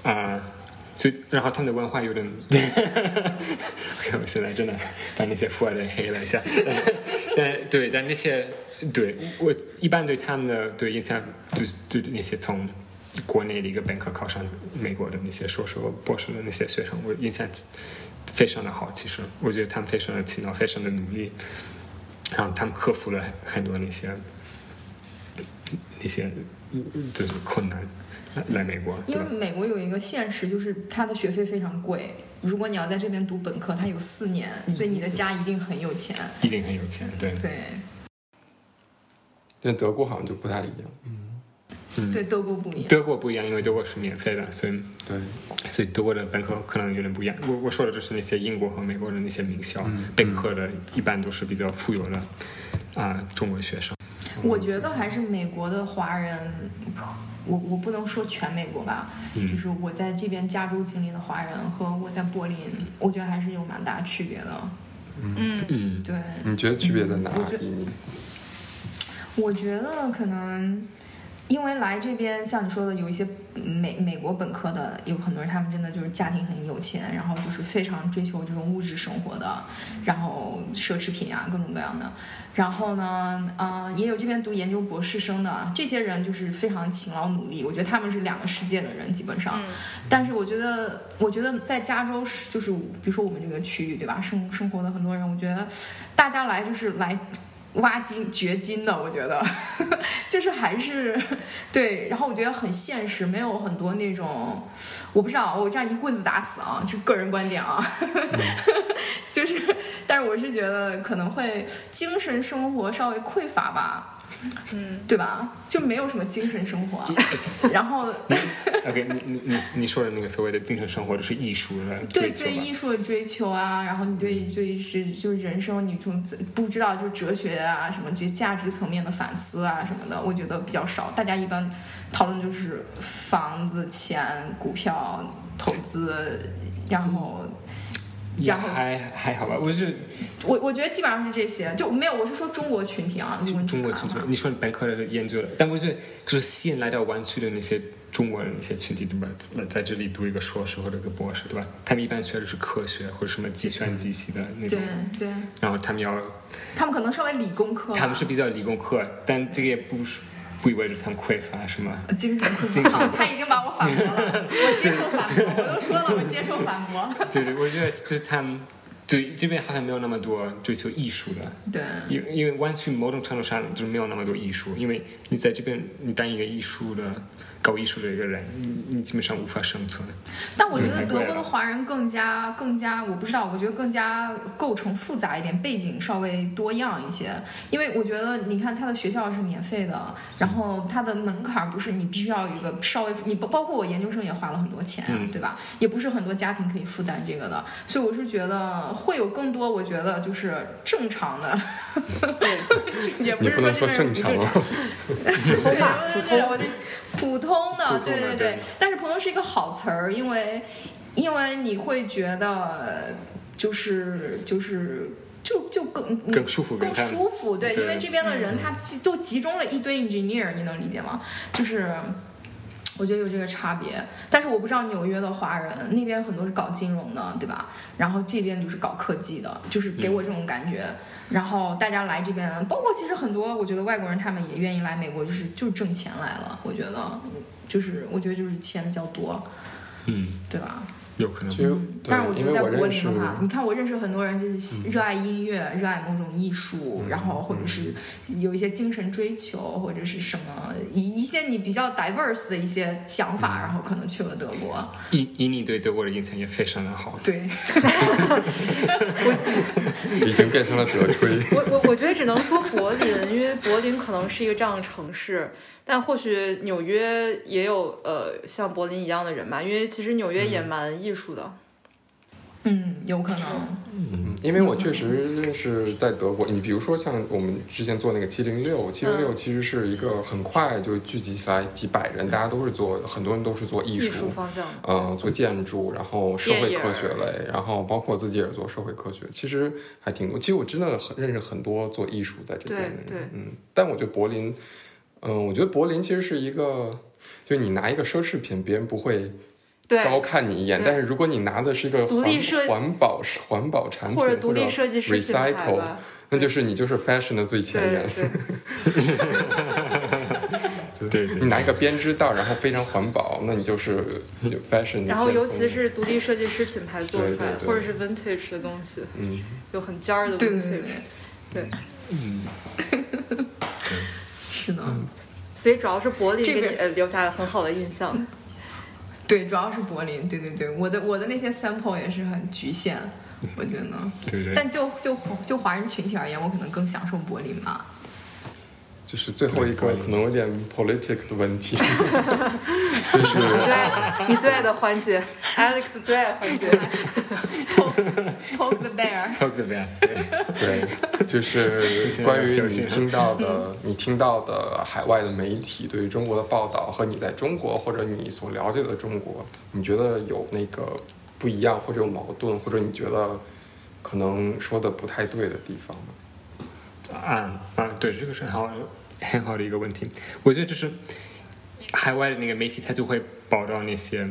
S4: 啊、所以然后他们的文化有点， 哎我现在真的把那些富二代黑了一下， 但对，但那些对我一般对他们的对印象就是对那些从。国内的一个本科考上美国的那些硕士和博士的那些学生，我印象非常的好。其实我觉得他们非常的勤劳，非常的努力，然后他们克服了很多那些那些就是困难来来美国，对
S3: 因为
S4: 吧？
S3: 美国有一个现实，就是它的学费非常贵。如果你要在这边读本科，它有四年，所以你的家一定很有钱。
S4: 一定很有钱，对
S3: 对，
S1: 但德国好像就不太一样。
S3: 对德国不一样。
S4: 德国不一样，因为德国是免费的，所以
S1: 对，
S4: 所以德国的本科可能有点不一样。我我说的就是那些英国和美国的那些名校，本科的一般都是比较富有的啊、中国学生。
S3: 我觉得还是美国的华人，我我不能说全美国吧，就是我在这边加州经历的华人和我在柏林，我觉得还是有蛮大区别的。
S2: 嗯，
S4: 嗯，
S3: 对，
S1: 你觉得区别在哪
S3: 嗯我觉得
S1: 里？
S3: 我觉得可能因为来这边，像你说的，有一些美美国本科的，有很多人他们真的就是家庭很有钱，然后就是非常追求这种物质生活的，然后奢侈品啊各种各样的。然后呢，呃，也有这边读研究博士生的，这些人就是非常勤劳努力，我觉得他们是两个世界的人，基本上。
S2: 嗯
S3: 但是我觉得，我觉得在加州是就是，比如说我们这个区域，对吧？生生活的很多人，我觉得大家来就是来挖金掘金的，我觉得 就是还是 对。然后我觉得很现实，没有很多那种我不知道，我这样一棍子打死啊，这个人观点啊， 就是，但是我是觉得可能会精神生活稍微匮乏吧，
S2: 嗯，
S3: 对吧？就没有什么精神生活啊，然后。
S4: OK，你你你你说的那个所谓的精神生活，就是艺术的
S3: 对
S4: 追求吧嗯
S3: 艺术的追求啊，然后你对对是就是人生，你从自不知道就哲学啊什么这些价值层面的反思啊什么的，我觉得比较少。大家一般讨论就是房子、钱、股票、投资，然
S4: 嗯
S3: 后。
S4: 也
S3: 然后
S4: 还还好吧。我是
S3: 我我觉得基本上是这些，就没有我是说中国群体啊，如果你
S4: 嗯中国群
S3: 看
S4: 体
S3: 的话，
S4: 你说本科的研究的，但我觉得就是吸引来到湾区的那些中国人那些群体，对吧？在在这里读一个硕士或者一个博士，对吧？他们一般学的是科学或者什么计算机系的那
S3: 对
S4: 种，
S3: 对，
S4: 然后他们要
S3: 他们可能稍微理工科吧，
S4: 他们是比较理工科，但这个也不是不意味着他们匮乏，是吗？
S3: 精神匮乏，他已经把我反驳了，我接受反驳，我都说了，我接受反驳，
S4: 对对，我觉得就是他们对这边好像没有那么多追求艺术的，
S3: 对。
S4: 因因为湾区某种程度上就是没有那么多艺术，因为你在这边你当一个艺术的搞艺术的一个人，你你基本上无法生存。
S3: 但我觉
S4: 嗯
S3: 得
S4: 太
S3: 德
S4: 贵
S3: 国的
S4: 了
S3: 华人更加更加，我不知道，我觉得更加构成复杂一点，背景稍微多样一些。因为我觉得，你看他的学校是免费的，然后它的门槛儿不是你必须要有一个稍微，你包包括我研究生也花了很多钱，啊
S4: 嗯
S3: 对吧？也不是很多家庭可以负担这个的，所以我是觉得会有更多，我觉得就是正常的， 也不
S1: 你
S3: 是
S1: 不
S3: 说
S1: 能
S3: 这
S1: 说
S3: 个人
S1: 正
S3: 不
S1: 常啊
S3: 正
S1: 了，
S3: 对，
S2: 普通
S3: 我这普通的，
S4: 普通的
S3: 对对对
S4: 对。
S3: 但是普通是一个好词儿，因为因为你会觉得就是就是。就就更你
S4: 更舒服
S3: 更
S4: 看
S3: 舒服，对，
S4: 对
S3: 因为这边的人他集都集中了一堆 engineer，你能理解吗？就是我觉得有这个差别，但是我不知道纽约的华人那边很多是搞金融的，对吧？然后这边就是搞科技的，就是给我这种感觉。然后大家来这边，包括其实很多我觉得外国人他们也愿意来美国，就是就是挣钱来了。我觉得就是我觉得就是钱比较多，
S4: 嗯，
S3: 对吧？
S4: 有可能
S1: 其。实对
S3: 但是我，觉
S1: 因
S3: 得在
S1: 为我
S3: 柏
S1: 认
S3: 林
S1: 识嗯
S3: 的话，你看我认识很多人就是喜热爱音乐、热爱某种艺术，然后或者是有一些精神追求或者是什么一一些你比较 diverse 的一些想法，
S1: 嗯
S3: 然后可能去了德国。
S4: 以以你对德国的印象也非常的好，
S3: 对，
S1: 已经变成了德 吹。
S2: 我我我觉得只能说柏林，因为柏林可能是一个这样的城市，但或许纽约也有呃像柏林一样的人吧，因为其实纽约也蛮艺术的。
S3: 嗯，有可能。
S1: 嗯，因为我确实认识在德国，你比如说像我们之前做那个七零六，七零
S3: 嗯
S1: 六其实是一个很快就聚集起来几百人，大家都是做，很多人都是做艺
S2: 艺
S1: 术
S2: 术，方向的，
S1: 呃，做建筑，然后社会科学类，然后包括自己也是做社会科学，其实还挺多。其实我真的很认识很多做艺术在这边的
S2: 对对
S1: 人，嗯，但我觉得柏林，嗯、我觉得柏林其实是一个，就你拿一个奢侈品，别人不会。
S2: 对，
S1: 高看你一眼，
S2: 对
S1: 但是如果你拿的是一个
S2: 独立
S1: 环
S2: 设
S1: 环保环保产品
S2: 或者独立设计师品牌
S1: recycle，
S2: 吧，
S1: 那就是你就是 fashion 的最前
S2: 对
S1: 沿。
S2: 对，
S4: 对
S1: 你
S4: 对，
S1: 拿一个编织袋，然后非常环保，那你就是 fashion 的先锋。
S2: 然后尤其是独立设计师品牌做出来的，
S1: 对对对
S2: 或者是 vintage 的东西，
S1: 嗯，
S2: 就很尖儿的
S3: 对对对
S2: vintage
S3: 对。
S2: 对，
S4: 嗯，
S3: 是的，
S1: 嗯
S2: 所以主要是柏林
S3: 这
S2: 给你
S3: 边
S2: 呃留下了很好的印象。
S3: 对，主要是柏林，对对对，我的我的那些 sample 也是很局限，我觉得。
S4: 对对。
S3: 但就就就华人群体而言，我可能更享受柏林吧。
S1: 就是最后一个可能有点 politic 的问题，就是
S2: 你最爱你最爱的环节，Alex 最爱环节，
S3: poke the bear。
S4: Poke the bear，
S1: 对，就是关于你听到的、你听到的海外的媒体对于中国的报道和你在中国或者你所了解的中国，你觉得有那个不一样，或者有矛盾，或者你觉得可能说的不太对的地方吗？
S4: 啊啊，对，这个是很好很好的一个问题。我觉得就是海外的那个媒体，它就会报道那些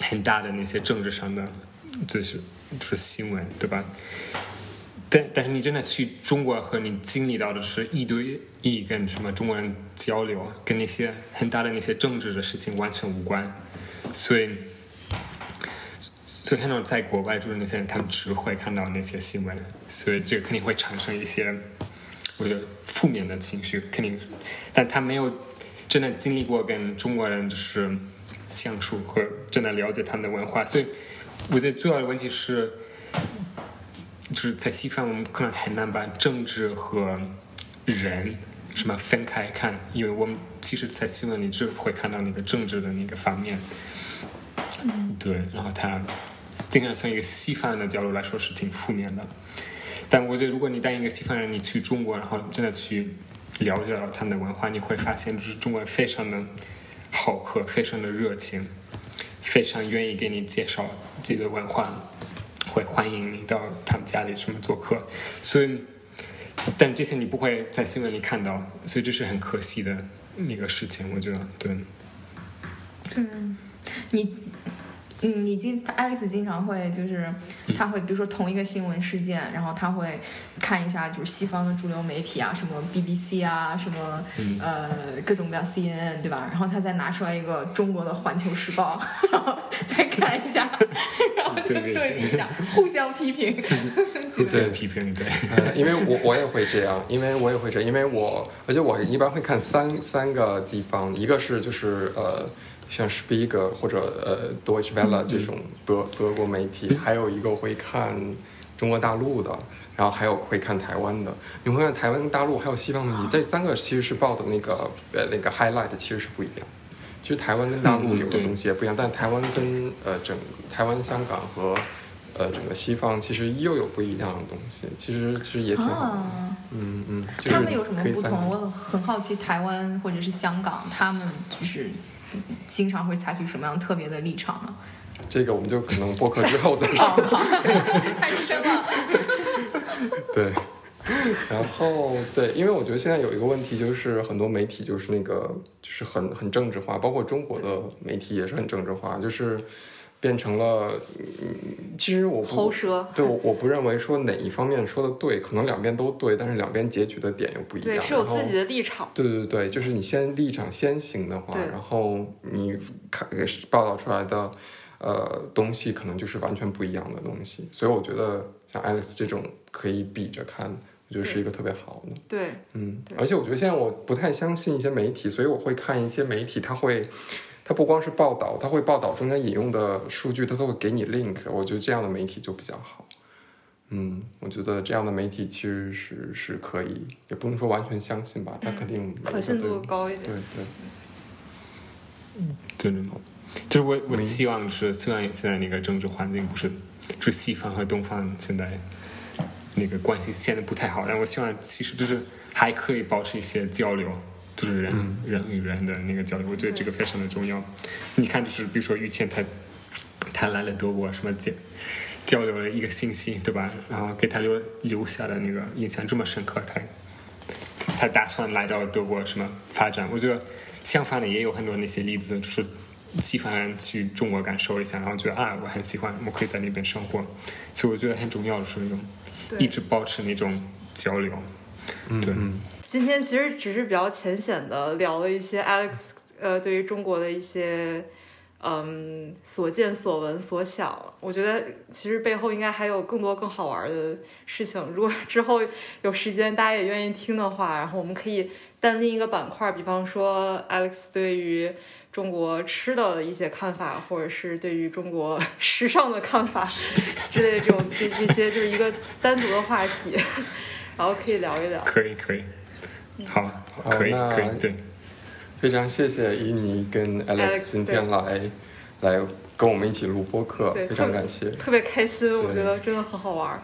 S4: 很大的那些政治上的，就是就是新闻，对吧？但但是你真的去中国和你经历到的是一对一跟什么中国人交流，跟那些很大的那些政治的事情完全无关，所以。所以看到在国外住的那些人，他们只会看到那些新闻，所以这个肯定会产生一些我觉得负面的情绪，肯定。但他没有真的经历过跟中国人就是相处和真的了解他们的文化，所以我觉得最大的问题是，就是在西方我们可能很难把政治和人什么分开看，因为我们其实，在新闻里只会看到那个政治的那个方面。对，然后他尽管从一个西方人的角度来说是挺负面的，但我觉得如果你当一个西方人，你去中国，然后真的去了解到他们的文化，你会发现就是中国人非常的好客，非常的热情，非常愿意给你介绍自己的文化，会欢迎你到他们家里什么做客，所以，但这些你不会在新闻里看到，所以这是很可惜的那个事情，我觉得对。
S3: 嗯，你，嗯，你经他 Alex 经常会就是，
S1: 嗯
S3: 他会比如说同一个新闻事件，然后他会看一下就是西方的主流媒体啊，什么 BBC 啊，什么
S4: 嗯
S3: 呃各种各样 CNN 对吧？然后他再拿出来一个中国的《环球时报》， 然后再 看一下，然后就
S4: 对
S3: 对比一下，互相批评。
S4: 互相批评，对，
S1: 呃，因为我我也会这样，因为我也会这样，因为我而且我一般会看三三个地方，一个是就是呃像 Spiegel 或者呃 Deutsche
S4: 嗯
S1: Welle 这种德、德国媒体，还有一个会看中国大陆的，然后还有会看台湾的。你会看台湾、大陆还有西方媒体，这三个其实是报的那个呃那个 highlight 其实是不一样。其实台湾跟大陆
S4: 嗯嗯
S1: 有的
S4: 对
S1: 东西也不一样，但台湾跟呃整台湾、香港和呃整个西方其实又有不一样的东西，其实其实也挺好的。
S3: 啊，
S1: 嗯嗯，就是
S3: 他们有什么
S1: 可以
S3: 不
S1: 三
S3: 同？
S1: 个
S3: 我很好奇台湾或者是香港，他们就是经常会采取什么样特别的立场呢？
S1: 这个我们就可能播客之后再
S3: 哦，
S1: 说。
S3: 好， 太深了。
S1: 对，然后对，因为我觉得现在有一个问题就是，很多媒体就是那个就是很很政治化，包括中国的媒体也是很政治化，就是变成了，嗯，其实我不
S2: 喉舌
S1: 对我我不认为说哪一方面说的对，可能两边都对，但是两边结局的点又不一样。
S2: 对，是有
S1: 然后
S2: 自己的立场。
S1: 对对对，就是你先立场先行的话
S2: 对，
S1: 然后你看给报道出来的呃东西，可能就是完全不一样的东西。所以我觉得像 Alex 这种可以比着看，我觉得是一个特别好的。
S2: 对，
S1: 嗯，
S2: 对
S1: 而且我觉得现在我不太相信一些媒体，所以我会看一些媒体，他会。他不光是报道，他会报道中间引用的数据，他都会给你 link。我觉得这样的媒体就比较好。嗯，我觉得这样的媒体其实是是可以，也不能说完全相信吧，他肯定每一个
S2: 可信
S1: 都
S2: 度
S1: 有
S2: 高一
S1: 对
S2: 点。
S1: 对，
S4: 对，就是我我希望是，虽然现在那个政治环境不是，就是西方和东方现在那个关系现在不太好，但我希望其实就是还可以保持一些交流，就是人、人与人的那个交流，我觉得这个非常的重要。你看，就是比如说于谦他他来了德国，什么交交流了一个星期，对吧？然后给他留留下的那个印象这么深刻，他他打算来到德国什么发展。我觉得相反的也有很多那些例子，就是西方人去中国感受一下，然后觉得啊，我很喜欢，我可以在那边生活。所以我觉得很重要的是那种
S2: 对
S4: 一直保持那种交流。对，
S2: 今天其实只是比较浅显的聊了一些 Alex 呃对于中国的一些嗯所见所闻所想，我觉得其实背后应该还有更多更好玩的事情。如果之后有时间大家也愿意听的话，然后我们可以单另一个板块，比方说 Alex 对于中国吃的一些看法，或者是对于中国时尚的看法之类的这种 这这些，就是一个单独的话题，然后可以聊一聊。
S4: 可以可以，
S3: 嗯
S4: 好，可以，
S1: 好
S3: 啊
S1: 那
S4: 可以，对，
S1: 非常谢谢伊妮跟 Alex
S2: Alex，
S1: 今天来来跟我们一起录播客，
S2: 对
S1: 非常
S2: 特别
S1: 感谢。
S2: 特别开心，我
S1: 对
S2: 觉得真的很好玩儿。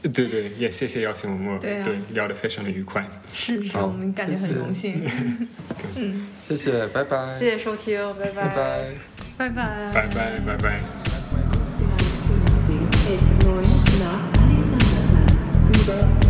S4: 对对，也谢谢邀请我们，
S3: 对啊
S4: 聊得非常的愉快，
S3: 是是，
S1: 好
S3: 我们感觉很
S1: 谢谢
S3: 荣幸。
S1: 谢谢，拜拜，
S2: 谢谢收听，
S1: 拜拜。
S3: 拜拜。
S4: 拜拜，拜拜。
S5: It's 9 nach Alexanderplatz. Über